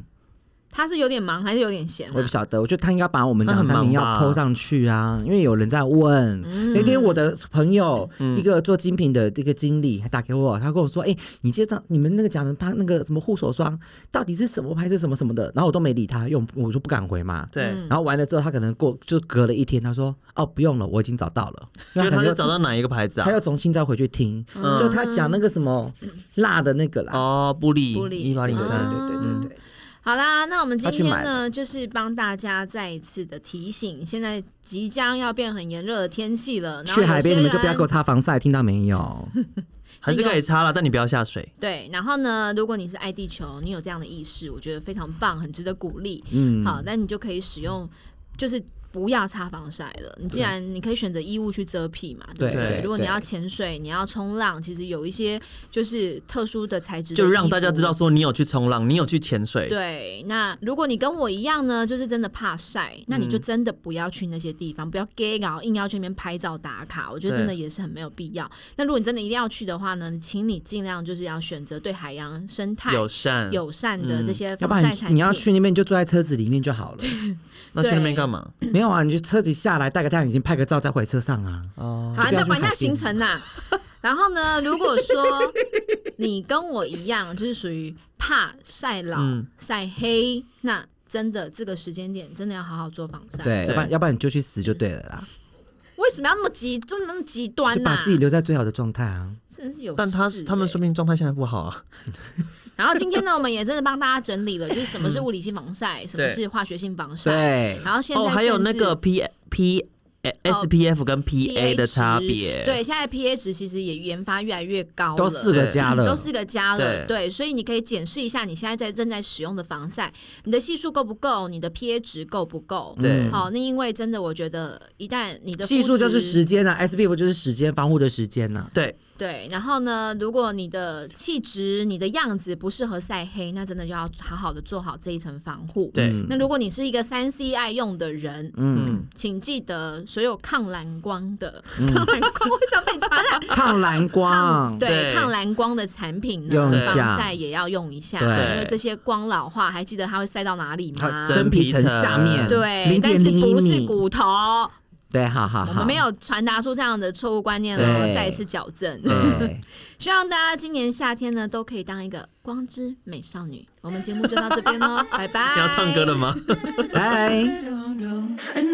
Speaker 3: 他是有点忙还是有点闲、
Speaker 4: 我也
Speaker 3: 啊
Speaker 4: 不？晓得。我觉得他应该把我们讲的
Speaker 2: 他
Speaker 4: 产
Speaker 2: 很忙
Speaker 4: 品要
Speaker 2: 吧嗯
Speaker 4: PO 上去啊，因为有人在问。那天我的朋友一个做精品的这个经理还打给我，他跟我说：“哎、你介绍你们那个讲的他那个什么护手霜到底是什么牌子什么什么的？”然后我都没理他，因为我我就不敢回嘛。
Speaker 2: 对，
Speaker 4: 然后完了之后，他可能过就隔了一天，他说：“哦，不用了，我已经找到了。”
Speaker 2: 就
Speaker 4: 那
Speaker 2: 是
Speaker 4: 他
Speaker 2: 它
Speaker 4: 就是
Speaker 2: 找到哪一个牌子啊
Speaker 4: 他？又重新再回去听，
Speaker 2: 嗯
Speaker 4: 就他讲那个什么辣的那个啦，
Speaker 2: 哦，布利
Speaker 3: 布嗯利
Speaker 2: 一八
Speaker 4: 对
Speaker 2: 零
Speaker 4: 对
Speaker 2: 三，
Speaker 4: 对对对对对，
Speaker 3: 好啦，那我们今天
Speaker 4: 他去买
Speaker 3: 呢，就是帮大家再一次的提醒，现在即将要变很炎热的天气了，然后
Speaker 4: 去海边
Speaker 3: 有
Speaker 4: 你
Speaker 3: 些
Speaker 4: 们就不要
Speaker 3: 人
Speaker 4: 给我擦防晒，听到没有？
Speaker 2: 还是可以擦了，但你不要下水。
Speaker 3: 对，然后呢，如果你是爱地球，你有这样的意识，我觉得非常棒，很值得鼓励。
Speaker 4: 嗯，
Speaker 3: 好，那你就可以使用，就是不要擦防晒了。你既然你可以选择衣物去遮蔽嘛，对不
Speaker 4: 对
Speaker 3: 对？
Speaker 4: 对
Speaker 3: 如果你
Speaker 4: 对
Speaker 3: 要潜水，你要冲浪，其实有一些就是特殊的材质的衣
Speaker 2: 就
Speaker 3: 服，
Speaker 2: 让大家知道说你有去冲浪，你有去潜水。
Speaker 3: 对，那如果你跟我一样呢，就是真的怕晒，那
Speaker 4: 嗯
Speaker 3: 你就真的不要去那些地方，不要 gay 搞，硬要去那边拍照打卡，我觉得真的也是很没有必要。那如果你真的一定要去的话呢，请你尽量就是要选择对海洋生态
Speaker 2: 友善。
Speaker 3: 友善的这些
Speaker 4: 嗯要
Speaker 3: 防
Speaker 4: 不
Speaker 3: 晒
Speaker 4: 然
Speaker 3: 产品。
Speaker 4: 你要去那边你就坐在车子里面就 好了。
Speaker 2: 那去那边干嘛？
Speaker 4: 没有啊，你就车子下来戴个太阳眼镜拍个照再回车上啊。
Speaker 2: 哦，
Speaker 3: 好，
Speaker 4: 就不要
Speaker 3: 那
Speaker 4: 去
Speaker 3: 管一
Speaker 4: 海
Speaker 3: 下行
Speaker 4: 边
Speaker 3: 程 呐、然后呢，如果说你跟我一样，就是属于怕晒老、
Speaker 2: 嗯
Speaker 3: 晒黑，那真的这个时间点真的要好好做防晒。，
Speaker 4: 对，
Speaker 2: 对
Speaker 4: 要不然要不然你就去死就对了啦，
Speaker 3: 为什么要那么极，就那么极端啊
Speaker 4: 就
Speaker 3: 呐、
Speaker 4: 把自己留在最好的状 态啊。
Speaker 3: 真是有、事
Speaker 2: 但他
Speaker 3: 欸
Speaker 2: 他们说不定状态现在不好啊。
Speaker 3: 然后今天呢，我们也真的帮大家整理了，就是什么是物理性防晒，什么
Speaker 2: 对
Speaker 3: 是化学性防晒，
Speaker 4: 对，
Speaker 3: 然后现在
Speaker 2: 哦，还有那
Speaker 3: 甚至
Speaker 2: 个 P P S P F 跟 P A 的差别。
Speaker 3: 值对，现在 pH 值其实也研发越来越高了，
Speaker 4: 都四个
Speaker 2: 对
Speaker 4: 加了，
Speaker 3: 都四个加
Speaker 2: 对
Speaker 3: 了，对，所以你可以检视一下你现在在正在使用的防晒，你的系数够不够，你的 pH 值够不够？
Speaker 2: 对
Speaker 3: 好，那因为真的，我觉得一旦你的
Speaker 4: 系数
Speaker 3: 肤质
Speaker 4: 就是时间啊，SPF 就是时间防护的时间 啊呐、
Speaker 2: 对，
Speaker 3: 对，然后呢，如果你的气质、你的样子不适合晒黑，那真的就要好好的做好这一层防护。
Speaker 2: 对
Speaker 4: 嗯
Speaker 3: 那如果你是一个三 C 爱用的人，嗯，请记得所有抗蓝光的、
Speaker 4: 嗯
Speaker 3: 抗蓝光为什么被传 染？
Speaker 4: 抗蓝光，
Speaker 3: 对
Speaker 2: 对
Speaker 3: 抗蓝光的产品
Speaker 4: 用
Speaker 3: 呢，
Speaker 4: 一
Speaker 3: 防
Speaker 4: 下
Speaker 3: 晒也要用一下，
Speaker 4: 对
Speaker 3: 因为这些光老化，还记
Speaker 4: 啊
Speaker 3: 得它会晒到哪里吗
Speaker 4: 它？真皮层下面
Speaker 3: 对，
Speaker 4: 零
Speaker 3: 但
Speaker 4: 点
Speaker 3: 是
Speaker 4: 零一
Speaker 3: 不是
Speaker 4: 米，
Speaker 3: 骨头？
Speaker 4: 对，好好好，
Speaker 3: 我们没有传达出这样的错误观念
Speaker 4: 对
Speaker 3: 哦，再一次矫正。
Speaker 4: 对。
Speaker 3: 希望大家今年夏天呢都可以当一个光之美少 女。我们节目就到这边喽，拜拜。
Speaker 2: 要唱歌了吗？
Speaker 4: 拜。
Speaker 1: I don't know. And